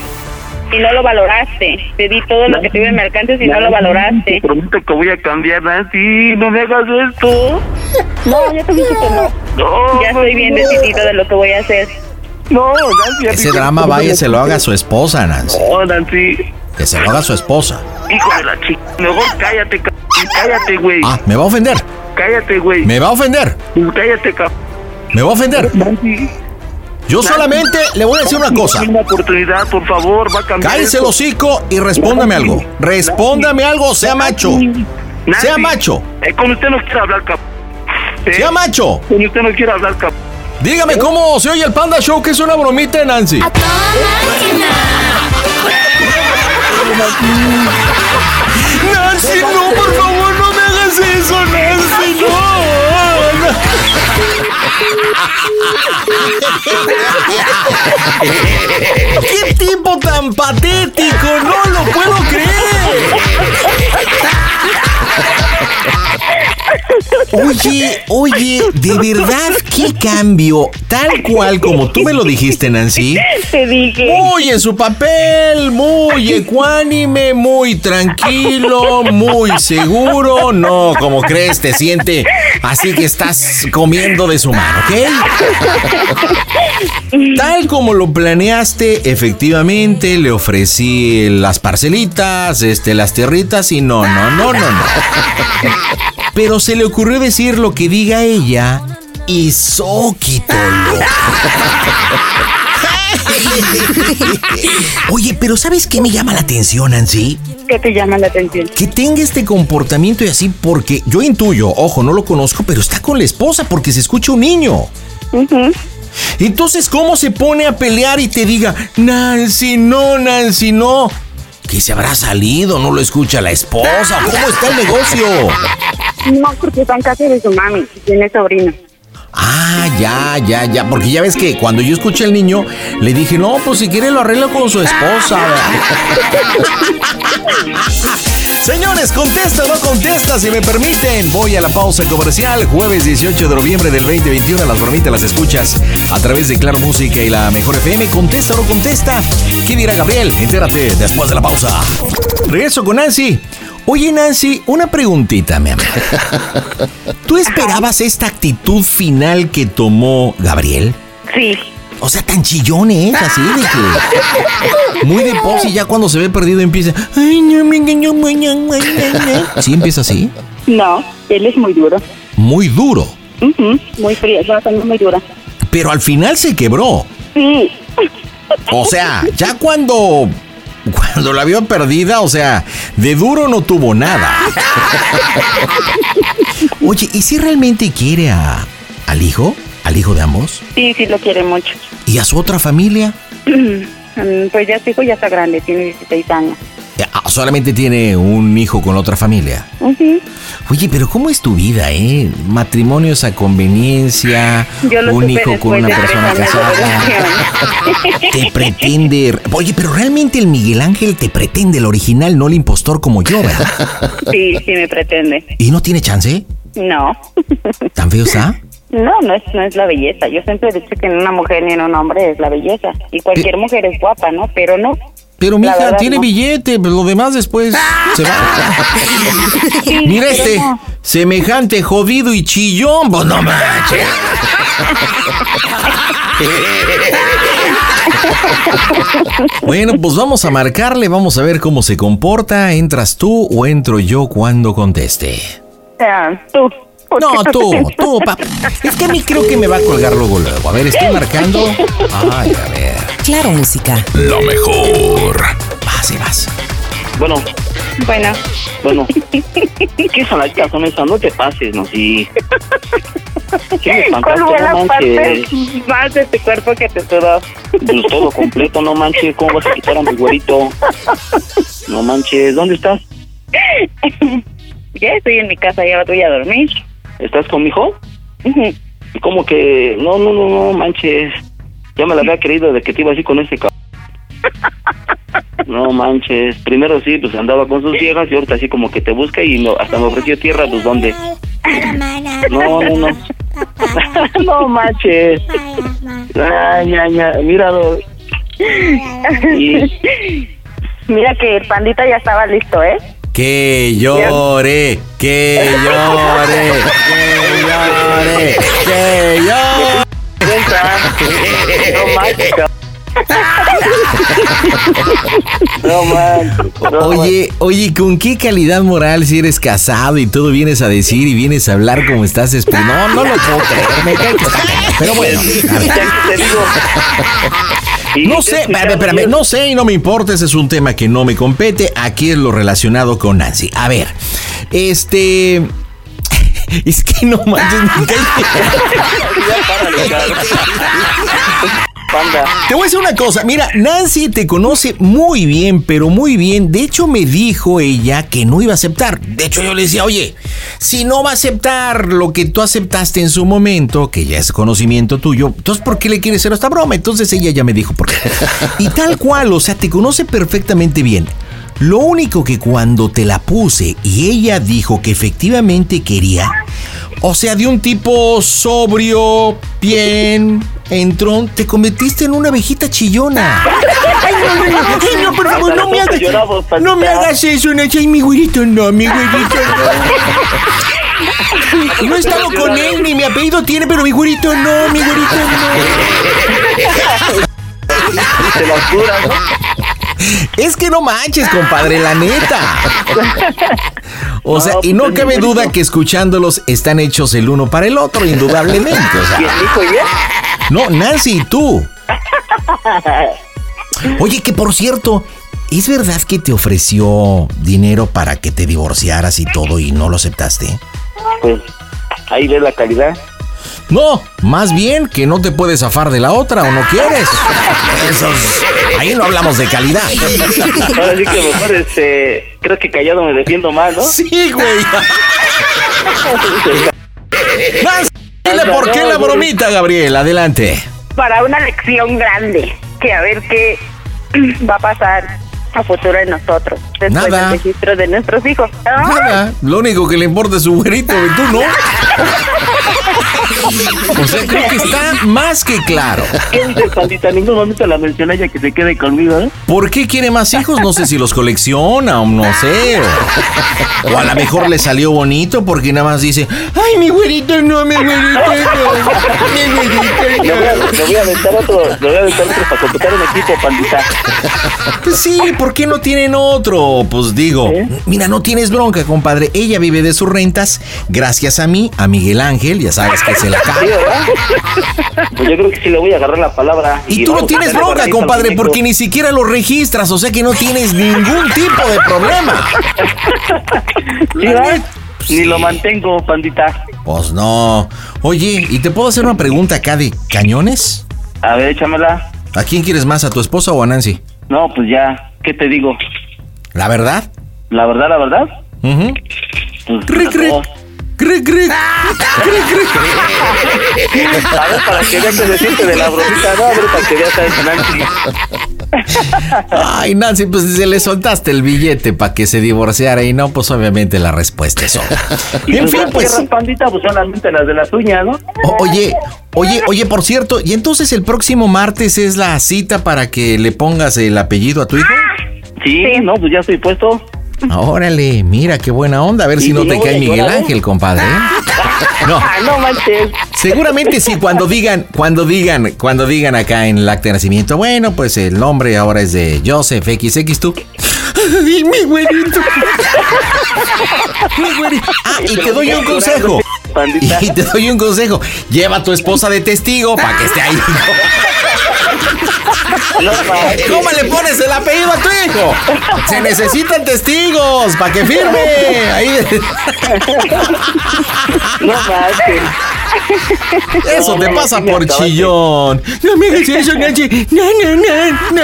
S3: y no lo valoraste. Te di todo lo que tuve en mi alcance y no lo
S6: Te
S3: valoraste.
S6: prometo que voy a cambiar, Nancy. No me hagas esto.
S3: No, ya te dije que no.
S6: No,
S3: Ya estoy bien decidido de lo que voy a hacer.
S6: No, Nancy. ya
S2: Ese
S6: te-
S2: drama vaya se lo haga a su esposa, Nancy.
S6: No, Nancy.
S2: Que se lo haga a su esposa.
S6: Hijo de la chica. Mejor cállate, cabrón. Cállate, güey.
S2: Ah, me va a ofender.
S6: Cállate, güey.
S2: Me va a ofender.
S6: Cállate, cabrón.
S2: Me va a ofender.
S6: Nancy.
S2: Yo solamente le voy a decir una cosa.
S6: Dame Una oportunidad, por favor, va a cambiar.
S2: Cállese el
S6: esto.
S2: hocico y respóndame algo. Respóndame algo, sea macho.
S6: Nancy,
S2: Sea macho.
S6: eh, con usted no quiere hablar, cabrón. Eh,
S2: Sea macho.
S6: Con usted no quiere hablar, cabrón.
S2: Dígame cómo se oye el Panda Show, que es una bromita de Nancy. Nancy, no, por favor, no me hagas eso, Nancy, no. ¡Qué tipo tan patético! ¡No lo puedo creer! Oye, oye, de verdad, qué cambio. Tal cual como tú me lo dijiste, Nancy.
S3: Te dije.
S2: Muy en su papel, muy ecuánime, muy tranquilo, muy seguro. No, como crees, te siente así que estás comiendo de su mano, ¿ok? Tal como lo planeaste, efectivamente le ofrecí las parcelitas, este, las tierritas y no, no, no, no, no. Pero se le ocurrió decir lo que diga ella y Zóquitolo. Oye, pero ¿sabes qué me llama la atención, Nancy?
S3: ¿Qué te llama la atención?
S2: Que tenga este comportamiento y así porque yo intuyo, ojo, no lo conozco, pero está con la esposa porque se escucha un niño. Entonces, ¿cómo se pone a pelear y te diga, Nancy, no, Nancy, no? Que se habrá salido, no lo escucha la esposa. ¿Cómo está el negocio?
S3: No, porque está en casa de su mami, tiene sobrino.
S2: Ah, ya, ya, ya. Porque ya ves que cuando yo escuché al niño, le dije, no, pues si quiere lo arreglo con su esposa. [laughs] Señores, contesta o no contesta, si me permiten. Voy a la pausa comercial. Jueves 18 de noviembre del 2021. Las bromitas las escuchas a través de Claro Música y la Mejor FM. Contesta o no contesta. ¿Qué dirá Gabriel? Entérate después de la pausa. Regreso con Nancy. Oye, Nancy, una preguntita, mi amor. ¿Tú esperabas esta actitud final que tomó Gabriel?
S3: Sí,
S2: O sea, tan chillón es, así de que. Muy de pose y ya cuando se ve perdido empieza. "Ay, no, mi niño, mi niño, mi niño". Sí, empieza así.
S3: no, él es muy duro.
S2: Muy duro.
S3: Ujú, muy fría, va saliendo muy dura.
S2: Pero al final se quebró.
S3: Sí,
S2: O sea, ya cuando. Cuando la vio perdida, o sea, de duro no tuvo nada. Oye, ¿y si realmente quiere a, al hijo? ¿Al hijo de ambos?
S3: sí, sí lo quiere mucho.
S2: ¿Y a su otra familia?
S3: Mm, Pues ya su hijo ya está grande, tiene 16 años.
S2: Eh, ah, Solamente tiene un hijo con otra familia.
S3: Ujú,
S2: Oye, pero ¿cómo es tu vida, eh? Matrimonios a conveniencia,
S3: Yo lo
S2: un
S3: supe
S2: hijo con
S3: después
S2: una
S3: de tres
S2: persona
S3: años de
S2: casada. Te pretende. Oye, pero realmente el Miguel Ángel te pretende el original, no el impostor como yo, ¿verdad?
S3: [laughs] Sí, sí me pretende.
S2: ¿Y no tiene chance?
S3: No. [laughs]
S2: ¿Tan feo está?
S3: No, no es, no es la belleza. Yo siempre he dicho que en una mujer ni en un hombre es la belleza. Y
S2: Eh.
S3: cualquier mujer es guapa, ¿no? Pero no.
S2: Pero
S3: La
S2: mija,
S3: verdad,
S2: tiene
S3: no.
S2: billete, pues, lo demás
S3: [laughs]
S2: después se va. Mira
S3: pero
S2: este,
S3: no.
S2: semejante jodido y chillón, pues no manches. Bueno, pues vamos a marcarle, vamos a ver cómo se comporta. ¿Entras tú o entro yo cuando conteste?
S3: O sea, tú. ¿Por qué
S2: No, tú,
S3: te-
S2: tú, pa. Es que a mí creo que me va a colgar luego, luego. A ver, estoy
S3: [laughs]
S2: marcando. Ay, a ver.
S7: Claro, música.
S8: La mejor.
S2: Vas y vas.
S9: Bueno,
S3: [laughs] Bueno,
S9: bueno. ¿Qué saladitas son esas? No te pases, no, sí. Sí, me
S3: ¿cuál
S9: espantaste,
S3: fue
S9: no
S3: la parte
S9: manches.
S3: más de tu cuerpo que te sudó? [laughs]
S9: Pues todo completo, no manches. ¿Cómo vas a quitar a mi güerito? No manches. ¿Dónde estás?
S3: Ya estoy en mi casa, ya voy a dormir.
S9: ¿Estás conmigo?
S3: Ujú.
S9: Y como que, no, no, no, no, manches. Ya me la había creído de que te iba así con ese cabrón. No manches. Primero sí, pues andaba con sus viejas y ahorita así como que te busca y no, hasta me ofreció tierra, pues ¿dónde? No, no, no. [laughs] no manches. Ay, ya, ya, mira. lo- Y,
S3: Mira que el pandita ya estaba listo, ¿eh?
S2: Que llore, que llore, que llore, que llore.
S9: no manches, cabrón. No manches. no manches.
S2: Oye, oye, ¿con qué calidad moral si eres casado y todo vienes a decir y vienes a hablar como estás? espe- No, no lo puedo creer, me cae que está cañón, Pero bueno, a ver.
S9: Ya que te digo. Y
S2: no
S9: te
S2: sé,
S9: he escuchado
S2: espérame, espérame,
S9: bien.
S2: no sé y no me importa, ese es un tema que no me compete. Aquí es lo relacionado con Nancy. A ver, este. [laughs] Es que no manches, me cae-
S9: Ya párale, cabrón. Panda.
S2: [laughs] Te voy a decir una cosa, mira, Nancy te conoce muy bien, pero muy bien. De hecho, me dijo ella que no iba a aceptar. De hecho, yo le decía, oye, si no va a aceptar lo que tú aceptaste en su momento, que ya es conocimiento tuyo, entonces, ¿por qué le quieres hacer esta broma? Entonces ella ya me dijo por qué. Y tal cual, o sea, te conoce perfectamente bien. Lo único que cuando te la puse y ella dijo que efectivamente quería, o sea, de un tipo sobrio, bien, entrón, te convertiste en una abejita chillona. Ay, no, no, no, ay, no, por favor, no me hagas. No me hagas eso, Nacho, ay, mi güerito, no, mi güerito, no. No he estado con él, ni mi apellido tiene, pero mi güerito no, mi güerito no.
S9: Te las curas, ¿no?
S2: Es que no manches, compadre, la neta. O sea,
S9: No,
S2: y no
S9: pues,
S2: cabe
S9: mi
S2: duda
S9: güerito.
S2: que escuchándolos están hechos el uno para el otro, indudablemente. O sea,
S9: ¿Y el hijo ya?
S2: No, Nancy, ¿y tú. Oye, que por cierto, ¿es verdad que te ofreció dinero para que te divorciaras y todo y no lo aceptaste?
S9: Pues ahí ves la calidad.
S2: No, más bien que no te puedes zafar de la otra o no quieres. Eso es- ahí no hablamos de calidad.
S9: Ahora sí que mejor, este, creo que callado me defiendo más, ¿no?
S2: Sí, güey. Nancy, dile por qué la bromita, Gabriel. Adelante.
S3: Para una lección grande, que a ver qué [clears throat] va a pasar a futuro en nosotros, después
S2: Nada.
S3: del registro de nuestros hijos. [laughs] ¡Ah!
S2: Nada, lo único que le importa es su güerito y tú no. O sea, creo que está más que claro.
S6: ¿Qué dices, pandita? En ningún momento la mencioné ya que se quede
S2: [laughs]
S6: conmigo, ¿eh?
S2: ¿Por qué quiere más hijos? No sé si los colecciona o no sé. O, o a lo mejor le salió bonito porque nada más dice, ay, mi güerito no, mi güerito no, mi güerito
S6: Le voy a, le voy a aventar otro, le voy a aventar otro para completar un equipo, pandita.
S2: Pues sí, ¿por qué no tienen otro? Pues digo,
S6: ¿Eh?
S2: mira, no tienes bronca, compadre. Ella vive de sus rentas gracias a mí, a Miguel Ángel, ya sabes que [laughs] se la
S6: ¿Sí,
S2: cae.
S6: verdad? [laughs] Pues yo creo que sí le voy a agarrar la palabra.
S2: Y tú no
S6: vamos a
S2: tienes
S6: hacerle
S2: bronca,
S6: barrita al
S2: compadre,
S6: muñeco.
S2: porque ni siquiera lo registras, o sea que no tienes ningún tipo de problema.
S6: ¿Sí, verdad? Ni lo mantengo, pandita.
S2: Pues no. Oye, ¿y te puedo hacer una pregunta acá de cañones?
S6: A ver, échamela.
S2: ¿A quién quieres más, a tu esposa o a Nancy?
S6: No, pues ya, ¿qué te digo?
S2: ¿La verdad?
S6: La verdad, la verdad.
S2: Ujú.
S6: Pues,
S2: Cric, cric.
S6: no.
S2: [laughs] Cric, cric. Cric, cric.
S6: A ver, para que veas que se siente de la bromita, no, a ver, para que veas a ese Nancy.
S2: Ay, Nancy, pues se le soltaste el billete para que se divorciara y no, pues obviamente la respuesta es obvia.
S6: Y
S2: En
S6: pues,
S2: fin,
S6: las
S2: pues.
S6: tierras, pandita, pues solamente las de la uñas, ¿no?
S2: o- Oye, oye, oye, por cierto, ¿y entonces el próximo martes es la cita para que le pongas el apellido a tu hijo?
S6: Sí, no, pues ya estoy puesto.
S2: Órale, mira qué buena onda, a ver
S6: Y
S2: si no
S6: si
S2: te
S6: no
S2: cae
S6: voy a
S2: Miguel
S6: llorar, ¿eh?
S2: Ángel,
S6: [laughs]
S2: compadre. ¿eh? No,
S6: Ah, no manches.
S2: Seguramente sí, cuando digan, cuando digan, cuando digan acá en el acta de nacimiento, bueno, pues el nombre ahora es de Joseph XX, tú. Ay, mi güerito. Mi güerito. Ah, y te doy un consejo.
S6: Pandita.
S2: Y te doy un consejo. Lleva a tu esposa de testigo para que esté ahí.
S6: No manches.
S2: ¿Cómo le pones el apellido a tu hijo? Se necesitan testigos para que firme. Ahí [laughs]
S6: No manches.
S2: Eso te
S6: No,
S2: pasa
S6: me
S2: por
S6: acabaste.
S2: chillón. No me hagas [laughs] eso, Nancy. No, no, no, no.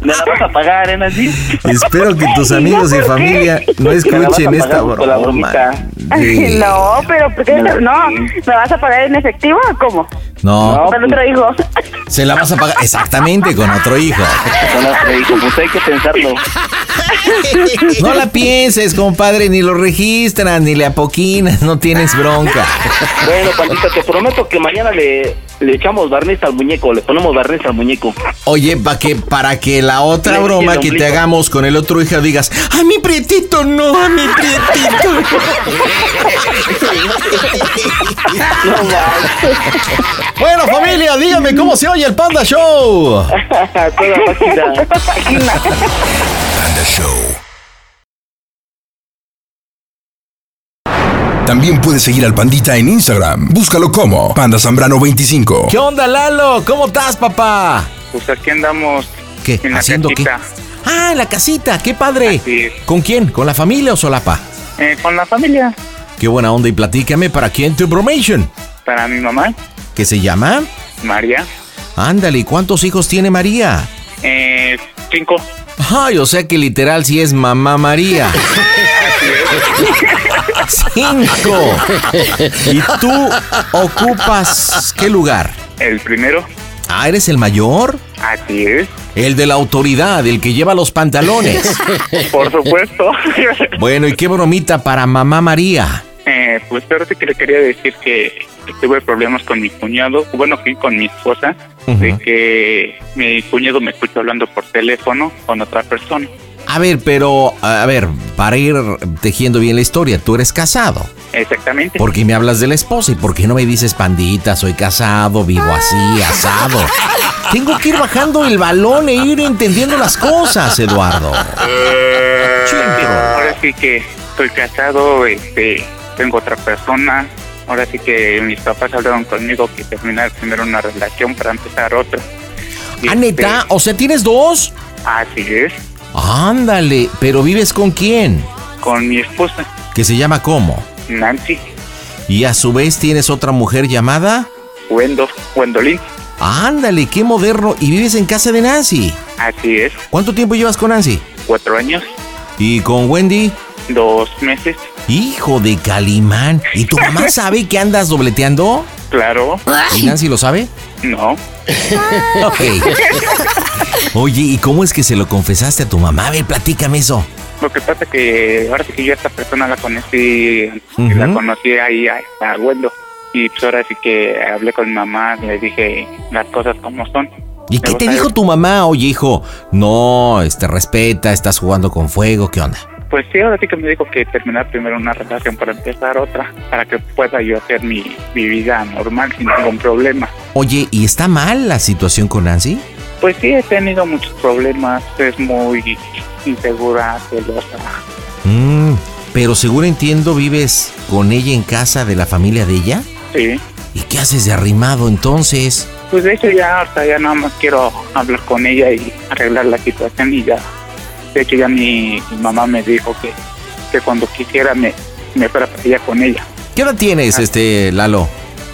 S6: Me la vas a pagar, ¿eh, Nancy?
S2: Espero que tus amigos y familia no
S6: vas a
S2: escuchen esta
S6: pagar por la
S2: broma.
S6: bromita.
S2: Sí.
S3: No, pero ¿por qué? No, ¿me vas a pagar en efectivo o cómo?
S2: No,
S3: Con otro hijo.
S2: se la vas a pagar exactamente con otro hijo.
S6: No, no, te digo, pues hay que pensarlo.
S2: No la pienses, compadre, ni lo registran, ni le apoquinas, no tienes bronca.
S6: Bueno, pandita, te prometo que mañana le, le echamos barniz al muñeco, le ponemos barniz al
S10: [laughs]
S6: muñeco.
S2: Oye, para que, para que la otra
S6: Le-
S2: broma
S6: el
S2: que te
S6: ombligo.
S2: hagamos con el otro hijo digas, a mi prietito no, a mi
S10: [laughs]
S2: prietito.
S10: [laughs]
S6: No manches.
S2: Bueno, familia, dígame cómo se oye el Panda Show.
S6: Toda máquina.
S5: Panda Show.
S1: También puedes seguir al Pandita en Instagram. Búscalo como Panda Zambrano 25.
S2: ¿Qué onda, Lalo? ¿Cómo estás, papá?
S10: Pues aquí andamos.
S2: ¿Qué?
S10: En la
S2: ¿Haciendo qué?
S10: casita.
S2: Ah, en la casita, qué padre.
S10: Así es.
S2: ¿Con quién? ¿Con la familia o solapa?
S10: eh, con la familia.
S2: Qué buena onda y platícame para quién tu bromation.
S10: Para mi mamá,
S2: ¿Qué se llama?
S10: María.
S2: Ándale, ¿y ¿cuántos hijos tiene María?
S10: Eh, cinco.
S2: Ay, o sea que literal sí es mamá María. Cinco. ¿Y tú ocupas qué lugar?
S10: El primero.
S2: Ah, ¿eres el mayor?
S10: Así es.
S2: El de la autoridad, el que lleva los pantalones.
S10: Por
S5: [laughs]
S10: supuesto.
S2: Bueno, ¿y qué bromita para mamá María?
S10: eh, pues fíjate que le quería decir que tuve problemas con mi cuñado. Bueno, que con mi esposa. De
S2: Ujú.
S10: que mi cuñado me escucha hablando por teléfono con otra persona.
S2: A ver, pero, a ver, para ir tejiendo bien la historia, tú eres casado.
S10: Exactamente.
S2: ¿Por qué me hablas de la esposa? ¿Y por qué no me dices pandita? Soy casado, vivo así, asado. Tengo que ir bajando el balón e ir entendiendo las cosas, Eduardo. Chingro.
S10: Eh, Ahora sí que estoy casado, este, tengo otra persona. Ahora sí que mis papás hablaron conmigo que terminar primero una relación para empezar otra. Y
S2: Ah, neta,
S10: este,
S2: o sea, ¿tienes dos?
S10: Así es,
S2: Ándale, pero ¿vives con quién?
S10: con mi esposa,
S2: Que se llama cómo.
S10: Nancy
S2: Y a su vez tienes otra mujer llamada.
S10: Wendo, Wendolín.
S2: Ándale, qué moderno. Y vives en casa de Nancy.
S10: Así es,
S2: ¿Cuánto tiempo llevas con Nancy?
S10: cuatro años,
S2: ¿Y con Wendy?
S10: dos meses.
S2: Hijo de Calimán. ¿Y tu mamá sabe que andas dobleteando?
S10: Claro.
S2: ¿Y Nancy lo sabe?
S10: No.
S2: Ok. [laughs] Oye, ¿y cómo es que se lo confesaste a tu mamá? A ver, platícame eso.
S10: Lo que pasa que ahora sí que yo a esta persona la conocí, la
S2: Ujú.
S10: conocí ahí a, a Wendo. Y pues ahora sí que hablé con mi mamá, le dije las cosas como son.
S2: ¿Y qué
S10: Luego,
S2: te
S10: ¿sabes?
S2: dijo tu mamá? Oye, hijo, no, este, respeta, estás jugando con fuego, ¿qué onda?
S10: Pues sí, ahora sí que me dijo que terminar primero una relación para empezar otra, para que pueda yo hacer mi, mi vida normal sin ningún problema.
S2: Oye, ¿y está mal la situación con Nancy?
S10: Pues sí, he tenido muchos problemas, es muy insegura, celosa.
S2: Mm, pero seguro entiendo, vives con ella en casa de la familia de ella.
S10: Sí,
S2: ¿Y qué haces de arrimado entonces?
S10: pues de hecho ya ahorita ya nada más quiero hablar con ella y arreglar la situación y ya. De hecho ya mi, mi mamá me dijo que, que cuando quisiera me, me fuera para allá con ella.
S2: ¿Qué edad tienes, este, Lalo?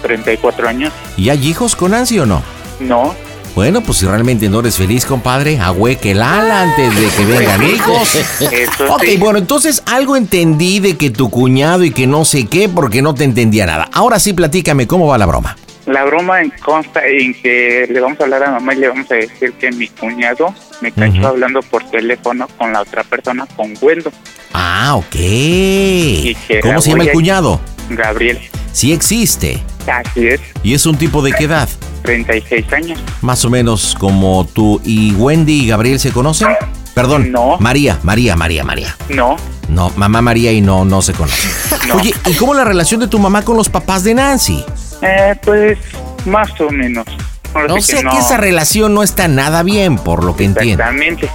S10: 34 años,
S2: ¿Y hay hijos con Nancy o no?
S10: no,
S2: Bueno, pues si realmente no eres feliz, compadre, el ala antes de que
S10: [laughs]
S2: vengan hijos.
S10: Eso
S2: ok,
S10: sí.
S2: bueno, entonces algo entendí de que tu cuñado y que no sé qué, porque no te entendía nada. Ahora sí, platícame, ¿cómo va la broma?
S10: La broma en- consta en que le vamos a hablar a mamá y le vamos a decir que mi cuñado me cachó
S2: Ujú.
S10: hablando por teléfono con la otra persona, con Wendo,
S2: Ah, ok.
S10: que la
S2: ¿Cómo se llama
S10: voy
S2: el
S10: a-
S2: cuñado?
S10: Gabriel.
S2: Sí existe.
S10: Así es,
S2: ¿Y es un tipo de qué edad?
S10: 36 años.
S2: Más o menos como tú y Wendy y Gabriel se conocen. Perdón.
S10: No.
S2: María, María, María, María.
S10: No,
S2: No, mamá María y no, no se conocen.
S10: no.
S2: Oye, ¿y cómo la relación de tu mamá con los papás de Nancy?
S10: Eh, pues más o menos. Ahora
S2: No
S10: sí que
S2: sé que esa relación no está nada bien, por lo que entiendo.
S10: Exactamente.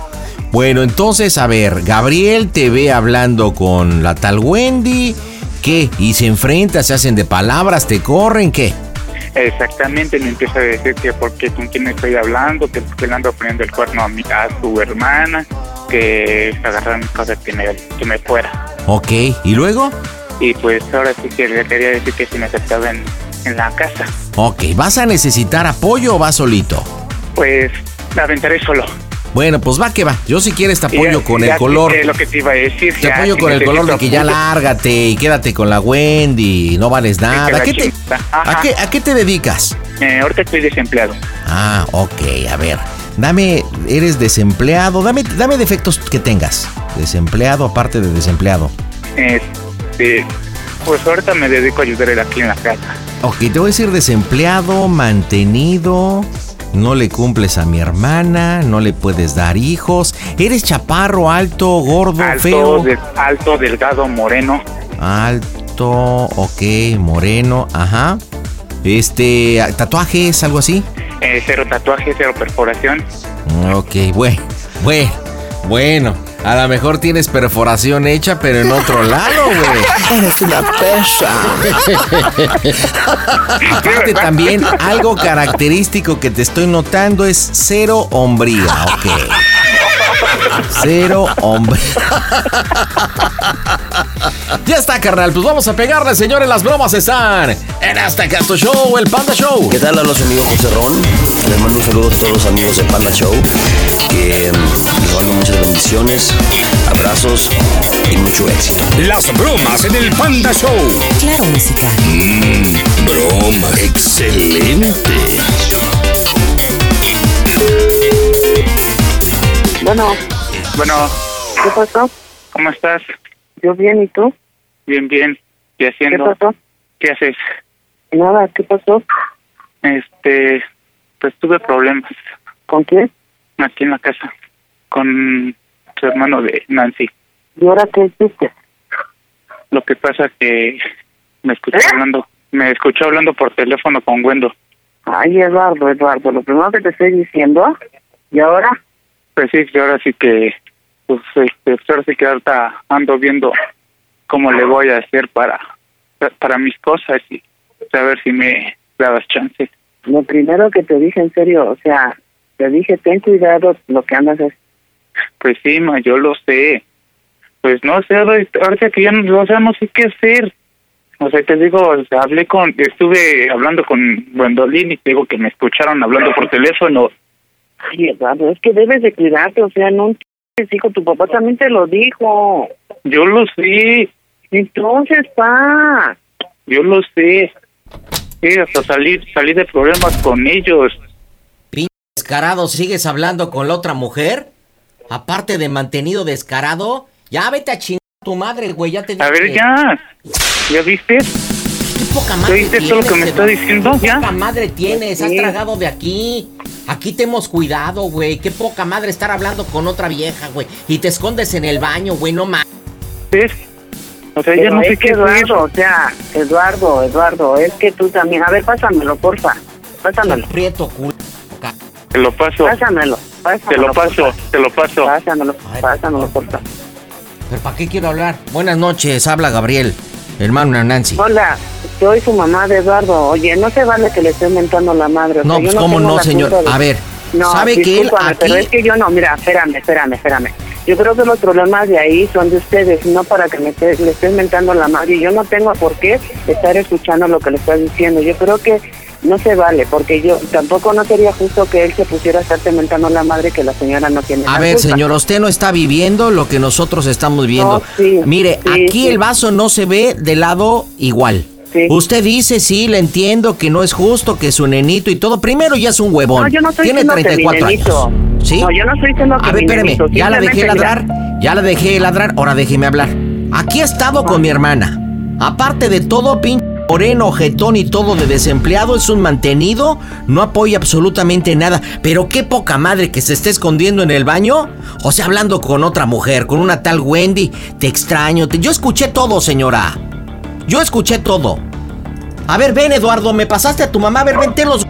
S2: Bueno, entonces, a ver, Gabriel te ve hablando con la tal Wendy. ¿Qué? ¿Y se enfrenta? ¿Se hacen de palabras? ¿Te corren? ¿Qué?
S10: Exactamente, me empieza a decir que porque con quién estoy hablando, que por qué le ando poniendo el cuerno a, mi, a su hermana, que agarraron mis cosas que me, que me fuera.
S2: Ok, ¿y luego?
S10: y pues ahora sí que le quería decir que si me aceptaba en, en la casa,
S2: Ok, ¿vas a necesitar apoyo o vas solito?
S10: pues la aventaré solo.
S2: Bueno, pues va que va. Yo si quieres te apoyo
S10: Y ya-
S2: con
S10: ya
S2: el color.
S10: Es lo que te iba a decir.
S2: Te
S10: ya,
S2: apoyo
S10: si
S2: con el color de que
S10: necesito
S2: ya
S10: apoyo,
S2: lárgate y quédate con la Wendy, no vales
S10: que
S2: nada.
S10: la
S2: ¿A qué, te,
S10: chingada.
S2: a
S10: Ajá.
S2: qué- a qué te dedicas?
S10: eh, ahorita estoy desempleado.
S2: Ah, ok, a ver. Dame, eres desempleado, dame, dame defectos que tengas. Desempleado, aparte de desempleado.
S10: Este, pues ahorita me dedico a ayudar aquí en la casa.
S2: Ok, te voy a decir desempleado, mantenido, no le cumples a mi hermana, no le puedes dar hijos, eres chaparro, alto, gordo,
S10: Alto,
S2: feo.
S10: del- alto, delgado, moreno.
S2: Alto, ok, moreno, ajá. Este, tatuajes, algo así.
S10: eh, cero tatuaje, cero perforación.
S2: Ok, bueno, bueno, bueno. A lo mejor tienes perforación hecha, pero
S11: [laughs]
S2: en otro lado, güey.
S11: Eres una
S2: [laughs]
S11: perra.
S2: Aparte también, algo característico que te estoy notando es cero hombría, ok. Cero hombre. [laughs] Ya está, carnal. Pues vamos a pegarle, señores. Las bromas están en Hasta Casto Show, el Panda Show.
S11: ¿Qué tal? Habla su amigo José Ron. Les mando un saludo a todos los amigos de Panda Show. Que mm, les mando muchas bendiciones, abrazos y mucho éxito.
S5: Las bromas en el Panda Show.
S4: Claro, música.
S5: Mmm, broma. Excelente.
S3: Bueno,
S10: Bueno,
S3: ¿qué pasó?
S10: ¿cómo estás?
S3: Yo bien, ¿y tú?
S10: Bien, bien. ¿Qué
S3: ¿Qué
S10: haciendo?
S3: pasó?
S10: ¿Qué haces?
S3: Nada, ¿qué pasó?
S10: Este, pues tuve problemas
S3: ¿Con quién?
S10: aquí en la casa con su hermano de Nancy.
S3: ¿Y ahora qué hiciste?
S10: Lo que pasa que me escuchó
S3: ¿Eh?
S10: hablando, me escuchó hablando por teléfono con Wendo.
S3: Ay, Eduardo, Eduardo, lo primero que te estoy diciendo, ¿y ahora?
S10: Pues sí, yo ahora sí que, pues este, pues ahora sí que ahorita ando viendo cómo le voy a hacer para, para mis cosas y saber si me dabas chance.
S3: Lo primero que te dije, en serio, o sea, te dije, ten cuidado lo que andas haciendo.
S10: Pues sí, ma, yo lo sé. Pues no sé, ahora- ahorita que ya no, o sea, no sé qué hacer. O sea, te digo, o sea, hablé con, estuve hablando con Wendolin y te digo que me escucharon hablando por teléfono.
S3: Ay, Eduardo, es que debes de cuidarte, o sea, no entiendes, hijo, tu papá también te lo dijo.
S10: Yo lo sé,
S3: Entonces, pa,
S10: yo lo sé. Sí, hasta salir, salir de problemas con ellos.
S2: Descarado, ¿sigues hablando con la otra mujer? Aparte de mantenido descarado, ya vete a chingar a tu madre, güey, ya te dije.
S10: A ver, ya. ¿Ya viste?
S2: ¿Qué poca madre
S10: ¿Ya viste todo lo
S2: tienes,
S10: que me está
S2: Eduardo?
S10: diciendo?
S2: ¿Qué
S10: Ya.
S2: poca madre tienes? Has
S10: Sí.
S2: tragado de aquí. Aquí te hemos cuidado, güey. Qué poca madre estar hablando con otra vieja, güey. Y te escondes en el baño, güey, no más.
S10: ¿Ves? O sea, ya
S3: Pero
S10: Pues no sé
S3: es que
S10: qué hacer.
S3: Eduardo, o sea, Eduardo, Eduardo, es que tú también. A ver, pásamelo, porfa. Pásamelo,
S2: Prieto, culo.
S10: Te lo paso,
S3: pásamelo, pásamelo.
S10: te lo paso,
S3: porfa.
S10: te lo paso.
S3: Pásamelo,
S2: Ay.
S3: pásamelo, porfa.
S2: ¿Pero para qué quiero hablar? Buenas noches, habla Gabriel. Hermano de Nancy.
S3: Hola, soy su mamá de Eduardo. Oye, no se vale que le esté mentando la madre. o
S2: No,
S3: sea, yo
S2: pues cómo
S3: tengo
S2: no,
S3: la
S2: señor.
S3: culpa de-
S2: A ver,
S3: No,
S2: ¿sabe que él
S3: discúlpame, pero
S2: aquí-
S3: es que yo no, mira, espérame, espérame, espérame. Yo creo que los problemas de ahí son de ustedes, no para que me esté- le estés mentando la madre. Yo no tengo por qué estar escuchando lo que le estás diciendo. Yo creo que no se vale, porque yo tampoco no sería justo que él se pusiera a estarte mentando la madre que la señora no tiene.
S2: A
S3: la
S2: ver,
S3: culpa.
S2: señor, usted no está viviendo lo que nosotros estamos viviendo.
S3: No, sí,
S2: Mire,
S3: sí,
S2: aquí
S3: sí.
S2: el vaso no se ve de lado igual.
S3: Sí.
S2: Usted dice, sí, le entiendo que no es justo, que su nenito y todo. Primero ya es un huevón.
S3: No, yo no estoy
S2: Tiene
S3: diciendo que mi
S2: 34
S3: nenito.
S2: años. ¿Sí?
S3: No, yo no estoy diciendo que
S2: A ver,
S3: mi
S2: espéreme,
S3: nenito,
S2: ya la dejé
S3: simplemente, mira.
S2: ladrar, ya la dejé ladrar, ahora déjeme hablar. Aquí he estado con mi hermana. Aparte de todo, pinche moreno, ojetón y todo de desempleado, es un mantenido, no apoya absolutamente nada. Pero qué poca madre que se esté escondiendo en el baño, o sea, hablando con otra mujer, con una tal Wendy. Te extraño, te... yo escuché todo, señora. Yo escuché todo. A ver, ven, Eduardo, me pasaste a tu mamá, a ver, vente los...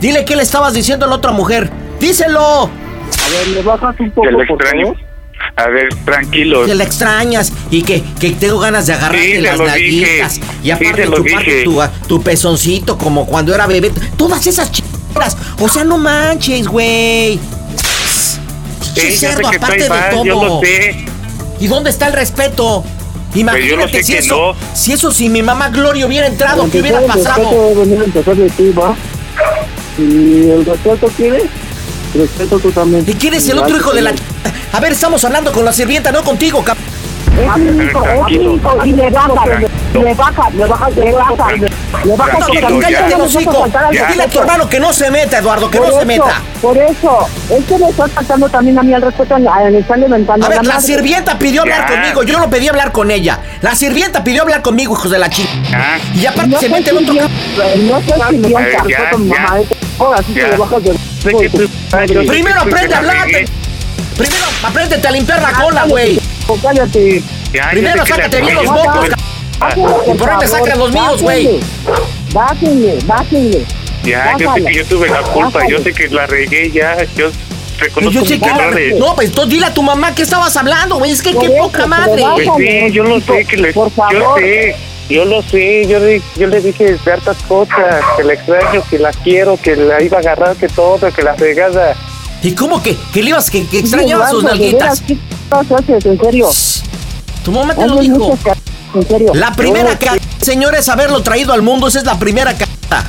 S2: Dile qué le estabas diciendo a la otra mujer. Díselo.
S3: A ver, ¿me bajas un
S10: Te
S3: poco,
S10: lo
S3: por
S10: extraño.
S3: favor?
S10: A ver, tranquilos.
S2: Que la extrañas y que, que tengo ganas de agarrarte
S10: Pues, Sí, se
S2: las
S10: lo
S2: nalguitas
S10: dije.
S2: y
S10: Sí,
S2: aparte
S10: se lo
S2: chuparte
S10: dije.
S2: tu, tu pezoncito como cuando era bebé. Todas esas chicas. O sea, no manches, güey.
S10: Sí,
S2: Qué
S10: ya sé
S2: cerdo,
S10: que
S2: aparte
S10: estoy
S2: de
S10: mal, yo lo
S2: todo.
S10: sé. Pues
S2: ¿Y dónde está el respeto? Imagínate
S10: yo no sé
S2: si
S10: que
S2: eso,
S10: no.
S2: si eso, si mi mamá Gloria hubiera entrado, ¿qué hubiera
S3: Empezar el
S2: pasado?
S3: respeto debe venir a empezar de ti, ¿va? Y el respeto quieres, respeto tú también.
S2: ¿Y quién es el otro hijo de la ch... A ver, estamos hablando con la sirvienta, no contigo, cap...
S3: Es mi hijo, es mi hijo, y le bajas, le bajas, le bajas, le bajas, le bajas.
S10: Tranquilo,
S3: porque
S10: ya.
S2: Cállate el
S3: no nos vas a
S2: hocico.
S3: faltar al
S10: Ya.
S2: Dile a tu
S3: respeto.
S2: hermano que no se meta, Eduardo, que
S3: Por
S2: no se
S3: eso,
S2: meta.
S3: Por eso, es que me está faltando también a mí al respeto, a- a- me están levantando
S2: A ver, la
S3: madre.
S2: sirvienta pidió hablar
S10: Ya.
S2: conmigo, yo no pedí hablar con ella. La sirvienta pidió hablar conmigo, hijos de la chica.
S10: Ya.
S2: Y aparte
S3: No
S2: se
S3: soy
S2: mete el otro.
S3: idiota, No soy idiota,
S10: ver, ya,
S3: respeto a mi
S10: ya.
S3: mamá. este, Ahora sí que
S10: Ya.
S3: le bajas de...
S10: Sé que tú-
S2: ca- Primero
S10: Yo sé que
S2: aprende a
S10: la
S2: hablar.
S10: regué.
S2: te- Primero apréndete a limpiar
S3: Ah,
S2: la cola, güey.
S3: Pues Cállate.
S10: Ya, yo
S2: Primero
S10: sé que la
S2: sácate bien
S10: regué.
S2: los
S3: no,
S2: mocos,
S3: no.
S2: ca- Y por ahí me sacan los míos, güey.
S3: Bájenle, bájenle.
S10: Ya, yo sé que yo tuve la culpa, yo sé que la regué, ya, yo reconozco
S2: Yo
S10: mis
S2: sé que la-
S10: errores.
S2: No, pues entonces dile a tu mamá que estabas hablando, güey. Es que qué poca madre.
S10: Pues sí, yo lo sé que le,
S3: Por
S10: yo
S3: favor.
S10: sé, yo lo sé, yo le, yo le dije ciertas cosas, que la extraño, que la quiero, que la iba a agarrar, que todo, que la regada.
S2: ¿Y cómo que, que le ibas, que, que extrañaba sus nalguitas?
S3: ¿Qué haces, en serio?
S2: Tu mamá te lo
S3: Haces
S2: dijo.
S3: muchas c- en serio.
S2: La primera cagada, señores, haberlo traído al mundo, esa es la primera cagada.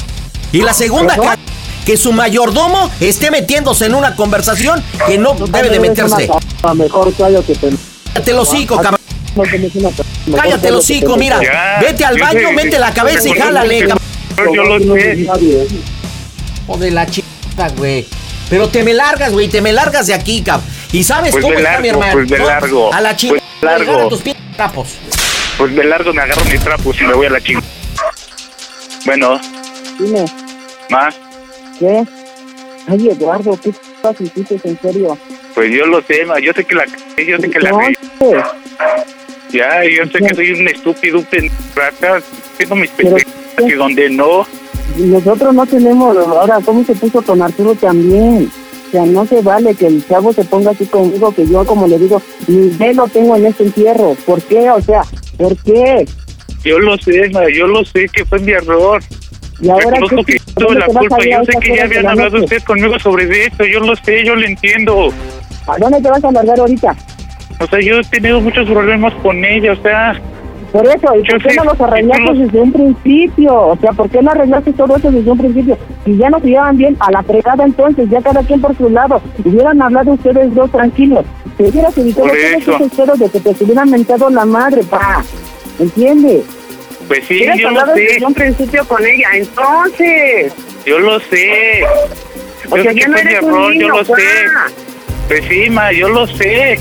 S2: Y la segunda
S3: ¿Perdón?
S2: cagada, que su mayordomo esté metiéndose en una conversación que no debe de meterse.
S3: A mejor cállate. te-
S2: Cállate el hocico, cabrón.
S3: No te metes una c- mejor
S2: Cállate el
S3: te-
S2: hocico, mira.
S10: Ya,
S2: Vete al
S10: yo
S2: baño,
S10: sé,
S2: mete la cabeza y
S10: yo sé,
S2: jálale, cabrón.
S10: Yo lo
S3: No
S10: sé.
S3: eres nadie.
S2: Hijo de la chica, güey. Pero te me largas, güey, te me largas de aquí, cabrón. ¿Y sabes
S10: Pues
S2: cómo
S10: me
S2: está mi
S10: largo,
S2: hermano?
S10: pues me
S2: ¿no?
S10: largo,
S2: A la chica.
S10: pues me largo.
S2: agarra tus pinches trapos.
S10: Pues me largo, me agarro mis trapos y me voy a la chingada. Bueno,
S3: Dime,
S10: más,
S3: ¿qué? Ay, Eduardo, ¿qué c- hiciste, en serio?
S10: pues yo lo sé, ma, yo sé que la cagué, yo sé que la
S3: No,
S10: regué.
S3: hombre.
S10: Ya, yo sé que soy un estúpido, un pendejo, tengo mis
S3: Pero-
S10: pendejos que donde no,
S3: Nosotros no tenemos, ahora, ¿cómo se puso con Arturo también? O sea, no se vale que el chavo se ponga así conmigo, que yo, como le digo, ni velo tengo en este entierro. ¿Por qué? O sea, ¿por qué?
S10: yo lo sé, ma, yo lo sé que fue mi error.
S3: Y ahora
S10: Reconozco que
S3: qué?
S10: yo tuve
S3: ¿Dónde
S10: la
S3: te vas a
S10: culpa.
S3: ir a
S10: Yo sé
S3: estas
S10: que ya
S3: horas de
S10: habían
S3: la
S10: hablado
S3: noche?
S10: ustedes conmigo sobre esto. Yo lo sé, yo lo entiendo.
S3: ¿A dónde te vas a largar ahorita?
S10: O sea, yo he tenido muchos problemas con ella. O sea,
S3: Por eso, ¿y
S10: Yo
S3: por qué
S10: sé,
S3: no los
S10: yo
S3: arreglaste
S10: no-
S3: desde un principio? O sea, ¿por qué no arreglaste todo eso desde un principio? Si ya no se llevan bien, a la fregada entonces, ya cada quien por su lado. Hubieran hablado ustedes dos tranquilos. Te hubieras evitado
S10: Por
S3: todos
S10: eso.
S3: esos ceros de que te hubieran mentado la madre, pa. ¿Entiendes?
S10: Pues sí,
S3: Hubieras
S10: yo lo
S3: hablado
S10: sé,
S3: desde un principio con ella, entonces.
S10: yo lo sé.
S3: O
S10: Yo
S3: sea,
S10: sé
S3: ya
S10: que
S3: no
S10: fue mi
S3: eres un
S10: error,
S3: niño,
S10: yo lo
S3: Juan.
S10: sé. Pues sí, ma, yo lo sé.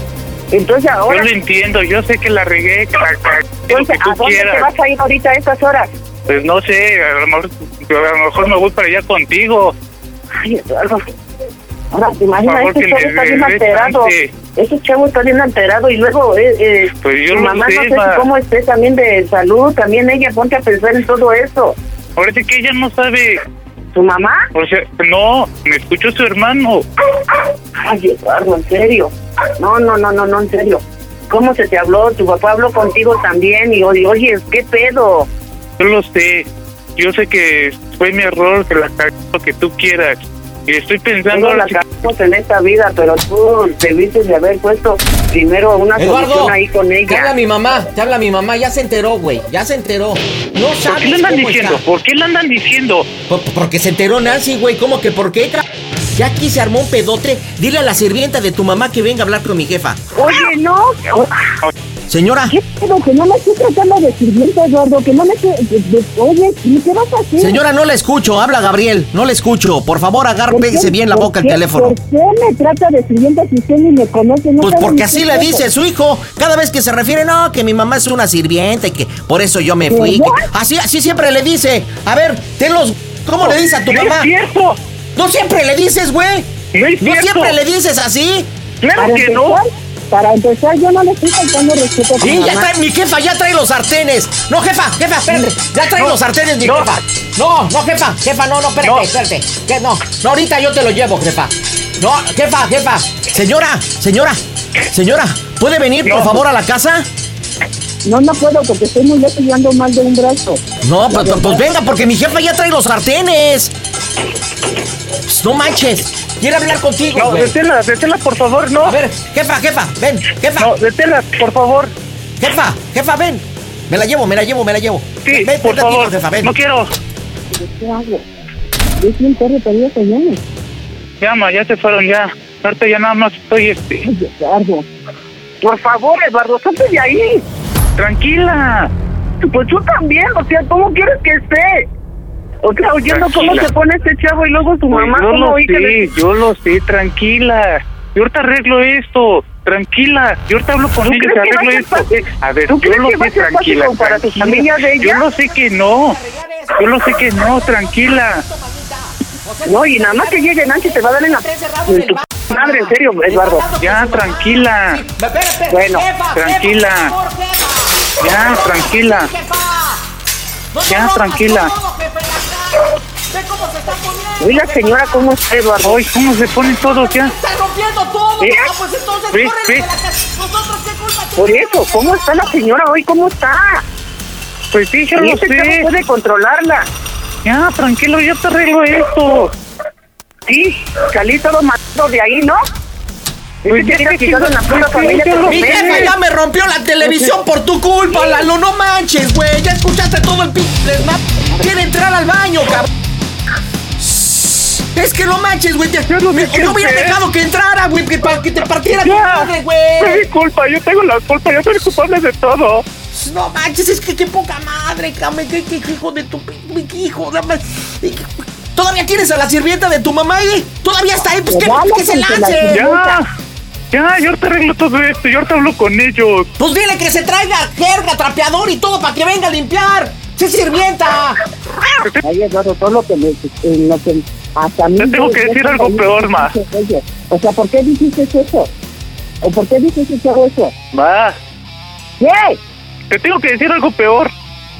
S3: Entonces
S10: Yo
S3: ahora,
S10: lo entiendo, yo sé que la regué, que la cagué, lo que
S3: entonces, ¿a
S10: tú
S3: dónde te
S10: quieras.
S3: vas a ir ahorita a estas horas?
S10: Pues no sé, a lo mejor, a lo mejor me voy para allá contigo.
S3: Ay, Eduardo. Ahora, ¿te imaginas?
S10: favor,
S3: este
S10: que
S3: chavo
S10: me
S3: está bien
S10: dé
S3: alterado.
S10: chance.
S3: Ese chavo está bien alterado y luego eh, eh,
S10: Pues yo
S3: tu
S10: lo
S3: mamá
S10: sé,
S3: no sé
S10: ma.
S3: si cómo esté también de salud, también ella, ponte a pensar en todo eso.
S10: Ahora sí que ella no sabe,
S3: ¿Tu mamá?
S10: o sea, no, me escuchó su hermano.
S3: Ay, Eduardo, en serio. No, no, no, no, no, en serio. ¿Cómo se te habló? Tu papá habló contigo también y oye, oye, ¿qué pedo?
S10: Yo lo sé, yo sé que fue mi error, que la cagué, lo que tú quieras. Y estoy pensando
S3: Todos
S10: ahora
S3: la
S10: sí-
S3: cagamos en esta vida, pero tú debiste de haber puesto primero una
S2: Eduardo,
S3: solución ahí con
S2: te habla
S3: ella.
S2: mi mamá, te habla mi mamá, ya se enteró, güey, ya se enteró. No
S10: ¿Por
S2: sabes
S10: qué le andan
S2: cómo
S10: diciendo?
S2: está.
S10: ¿Por qué le andan diciendo?
S2: Po- po- Porque se enteró Nancy, güey, ¿cómo que por qué? tra- Ya aquí se armó un pedote. Dile a la sirvienta de tu mamá que venga a hablar con mi jefa.
S3: Oye, no.
S2: Señora,
S3: ¿Qué pedo? Que no me estoy tratando de sirvienta, Eduardo. Que no me estoy... Oye, ¿qué vas a hacer?
S2: señora, no la escucho, habla Gabriel, no la escucho. Por favor, agarre, pégase bien la boca al teléfono.
S3: qué me trata de sirvienta si usted ni me conoce?
S2: Pues porque así le dice su hijo. Cada vez que se refiere, no, que mi mamá es una sirvienta y que por eso yo me fui. que- Así, así siempre le dice. A ver, ten los. ¿Cómo le dice a tu
S10: ¡No es
S2: mamá?
S10: cierto!
S2: No siempre le dices, güey.
S10: ¡No es
S2: No
S10: cierto!
S2: siempre le dices así.
S10: ¡Claro que no!
S3: Para empezar, yo no le estoy faltando respeto a
S2: Sí, ya trae, mi jefa ya trae los sartenes. No, jefa, jefa, espérate. Ya trae
S10: No,
S2: los sartenes, mi
S10: no.
S2: jefa. No, no, jefa, jefa, no, no, espérate,
S10: No.
S2: espérate. Que no, no, ahorita yo te lo llevo, jefa. No, jefa, jefa. Señora, señora, señora, ¿puede venir por
S10: No.
S2: favor a la casa?
S3: No, no puedo porque estoy muy lejos y ando mal de un brazo.
S2: No, pues, pues- pues venga, porque mi jefa ya trae los sartenes. Pues, no manches, quiere hablar contigo.
S10: No,
S2: güey.
S10: deténlas, deténlas, por favor, no.
S2: A ver, jefa, jefa, ven, jefa,
S10: No, deténlas, por favor.
S2: jefa, jefa, ven. Me la llevo, me la llevo, me la llevo.
S10: Sí,
S2: ven, ven
S10: por
S2: tantito,
S10: favor.
S2: jefa, ven.
S10: No quiero.
S3: ¿Qué hago? Es un perro perdido que viene.
S10: Llama, ya se fueron, ya. Ahorita ya nada más estoy, este...
S3: Eduardo. Por favor, Eduardo, salte de ahí.
S10: ¡Tranquila!
S3: Pues tú también, o sea, ¿cómo quieres que esté? O sea, oyendo cómo
S10: Tranquila.
S3: se pone este chavo y luego su
S10: Pues
S3: mamá,
S10: yo
S3: ¿cómo
S10: lo
S3: oí que le-
S10: sé, yo lo sé, tranquila. Yo ahorita arreglo esto, tranquila. Yo ahorita hablo con
S3: ¿Tú
S10: ellos,
S3: crees que
S10: arreglo
S3: va a ser
S10: esto.
S3: fácil?
S10: A ver,
S3: ¿Tú
S10: yo
S3: crees
S10: lo
S3: que va a
S10: sé,
S3: ser fácil
S10: tranquila.
S3: como para tu
S10: tranquila.
S3: familia de
S10: Yo
S3: ella?
S10: lo sé que no. Yo lo sé que no, tranquila.
S3: No, y nada más que llegue Nancy te va a dar en la... en tu Madre, en serio, Eduardo.
S10: Ya, tranquila.
S3: Bueno,
S10: tranquila. Ya, tranquila. Ya, tranquila.
S3: Oiga, señora, ¿cómo está, Eduardo?
S10: Ay, ¿cómo se ponen todos ya?
S3: Mira,
S4: pues
S10: Ve, ve,
S3: Por eso, ¿cómo está la señora hoy? ¿Cómo está?
S10: Pues sí, ya
S3: Y
S10: lo
S3: este chavo
S10: sé.
S3: puede controlarla.
S10: Ya, tranquilo, yo te arreglo esto.
S3: Sí, salí todo matado de ahí, ¿no?
S10: Pues
S3: Este
S10: ya
S3: tiene
S10: que
S3: quitado en la
S10: chingas,
S3: puta
S10: pues,
S3: familia
S10: ya
S3: que
S10: lo
S3: lo
S2: Mi
S10: sé.
S3: ve.
S2: jefa ya me rompió la televisión por tu culpa, Lalo. No manches, güey. Ya escuchaste todo el pinche desmadre. Quiere entrar al baño, cabrón. Es que no manches, güey. Te-
S10: Yo no sé qué
S2: Yo hubiera
S10: hacer.
S2: dejado que entrara, güey, que, pa- que te partiera tu
S10: Ya.
S2: madre, güey.
S10: Es mi culpa, yo tengo la culpa, yo soy el culpable de todo.
S2: No manches, es que qué poca madre, cabrón. Qué, qué- qué hijo de tu pin- qué hijo. de la- Todavía tienes a la sirvienta de tu mamá, güey. Todavía está ahí, pues que,
S3: Ojalá
S2: que se
S3: que se la
S2: lance.
S10: Ya, ya, yo te arreglo todo esto, yo te hablo con ellos.
S2: Pues dile que se traiga jerga, trapeador y todo para que venga a limpiar. ¡Sí, sirvienta!
S3: Ay, Eduardo, todo lo que me... en lo que hasta a mí...
S10: Te tengo
S3: yo-
S10: que
S3: yo
S10: decir
S3: cuando
S10: algo
S3: vi-
S10: peor, ma.
S3: Oye, O sea, ¿por qué dijiste eso? ¿O por qué dijiste que hago eso?
S10: Va,
S3: ¿Qué?
S10: te tengo que decir algo peor.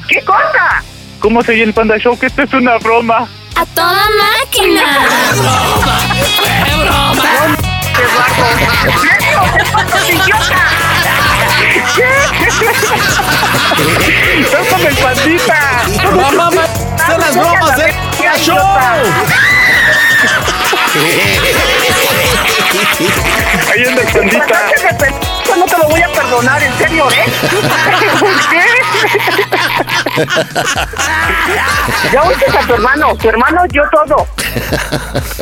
S3: ¿Qué cosa?
S10: ¿Cómo se oye el Panda Show? Que esto es una broma.
S12: A toda máquina.
S10: ¡Tócame el pandita!
S2: ¡Mamá, mamá! ¡Son las bromas ¿eh? del show!
S10: Ahí anda el pandita.
S3: Sácate de pe- Pues, No te lo voy a perdonar, en serio, ¿eh? ¿Por qué? Ya oíste a tu hermano. Tu hermano, yo todo.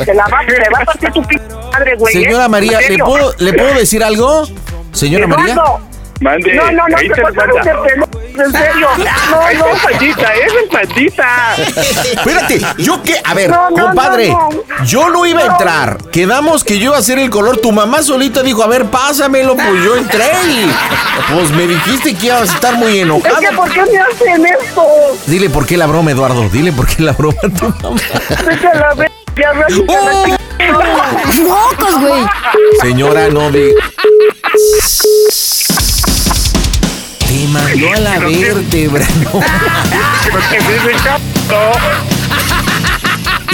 S3: Te la va, te va a partir tu p madre,
S9: Pues,
S3: güey. ¿eh?
S13: Señora María,
S3: En
S13: ¿le
S3: serio.
S13: puedo, ¿le puedo decir algo? Señora María.
S3: Eduardo,
S10: Mande,
S3: No, no, no,
S10: ahí
S3: te
S10: te
S3: pasaron
S10: manda.
S3: de pelo.
S10: [laughs]
S9: en serio. No, no.
S10: Es pandita, es el pandita.
S2: [laughs] Espérate, yo que. A ver,
S9: No, no,
S2: compadre,
S9: no,
S2: yo no iba a
S9: No.
S2: entrar. Quedamos que yo iba a hacer el color. Tu mamá solita dijo, a ver, pásamelo. Pues yo entré y. Pues me dijiste que ibas a estar muy
S9: Es
S2: enojado.
S9: que, pues, ¿por qué me hacen esto?
S2: Dile por qué la broma, Eduardo. Dile por qué la broma a tu mamá.
S9: Vete a la ver- ya, vete a
S13: ¡Oh!
S9: la ch-
S4: [laughs] ¡Mocos, güey!
S2: Señora, no de. Te mandó a la vértebra, no.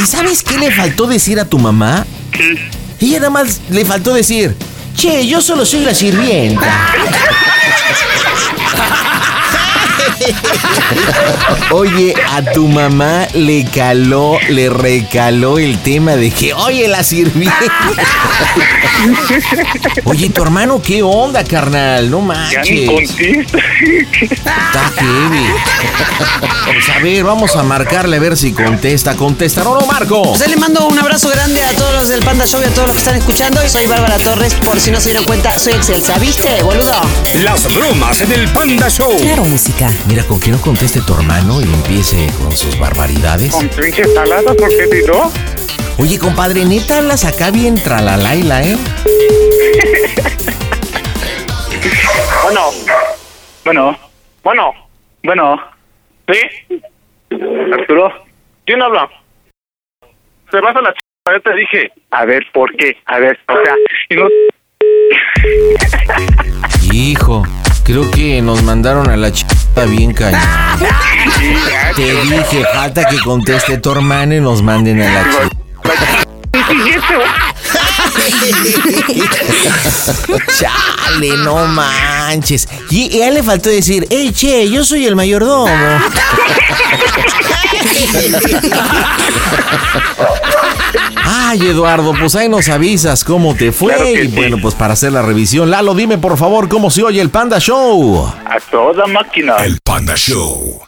S2: ¿Y sabes qué le faltó decir a tu mamá? Ella nada más le faltó decir, che, yo solo soy la sirvienta. [laughs] Oye, a tu mamá le caló, le recaló el tema de que, oye, la sirvienta. Oye, ¿y tu hermano qué onda, carnal? No
S10: Ya
S2: manches.
S10: ni contesta.
S2: Está heavy. Pues a ver, vamos a marcarle a ver si contesta. Contesta. No, no, Marco.
S14: Pues ahí le mando un abrazo grande a todos los del Panda Show y a todos los que están escuchando. Soy Bárbara Torres, por si no se dieron cuenta, soy Excelsa. ¿Viste, boludo?
S5: Las bromas en el Panda Show.
S2: música. Mira, con que no conteste tu hermano y empiece con sus barbaridades.
S10: Con pinches saladas, porque si no.
S2: Oye, compadre, neta hablas acá bien tralalaila, ¿eh?
S10: Bueno. Bueno. Bueno. Bueno. ¿Sí? Arturo. ¿Quién habla? Te vas a la ch... Yo te dije. A ver, ¿por qué? A ver, o sea, y no...
S2: Hijo, creo que nos mandaron a la chica bien caña. Te dije, falta que conteste tu hermano y nos manden a la chica. Chale, no manches. Y y a él le faltó decir, hey, che, yo soy el mayordomo. Ay, Eduardo, pues ahí nos avisas cómo te fue.
S10: Claro que
S2: y
S10: sí.
S2: bueno, pues para hacer la revisión, Lalo, dime por favor cómo se oye el Panda Show.
S10: A toda máquina.
S5: El Panda Show.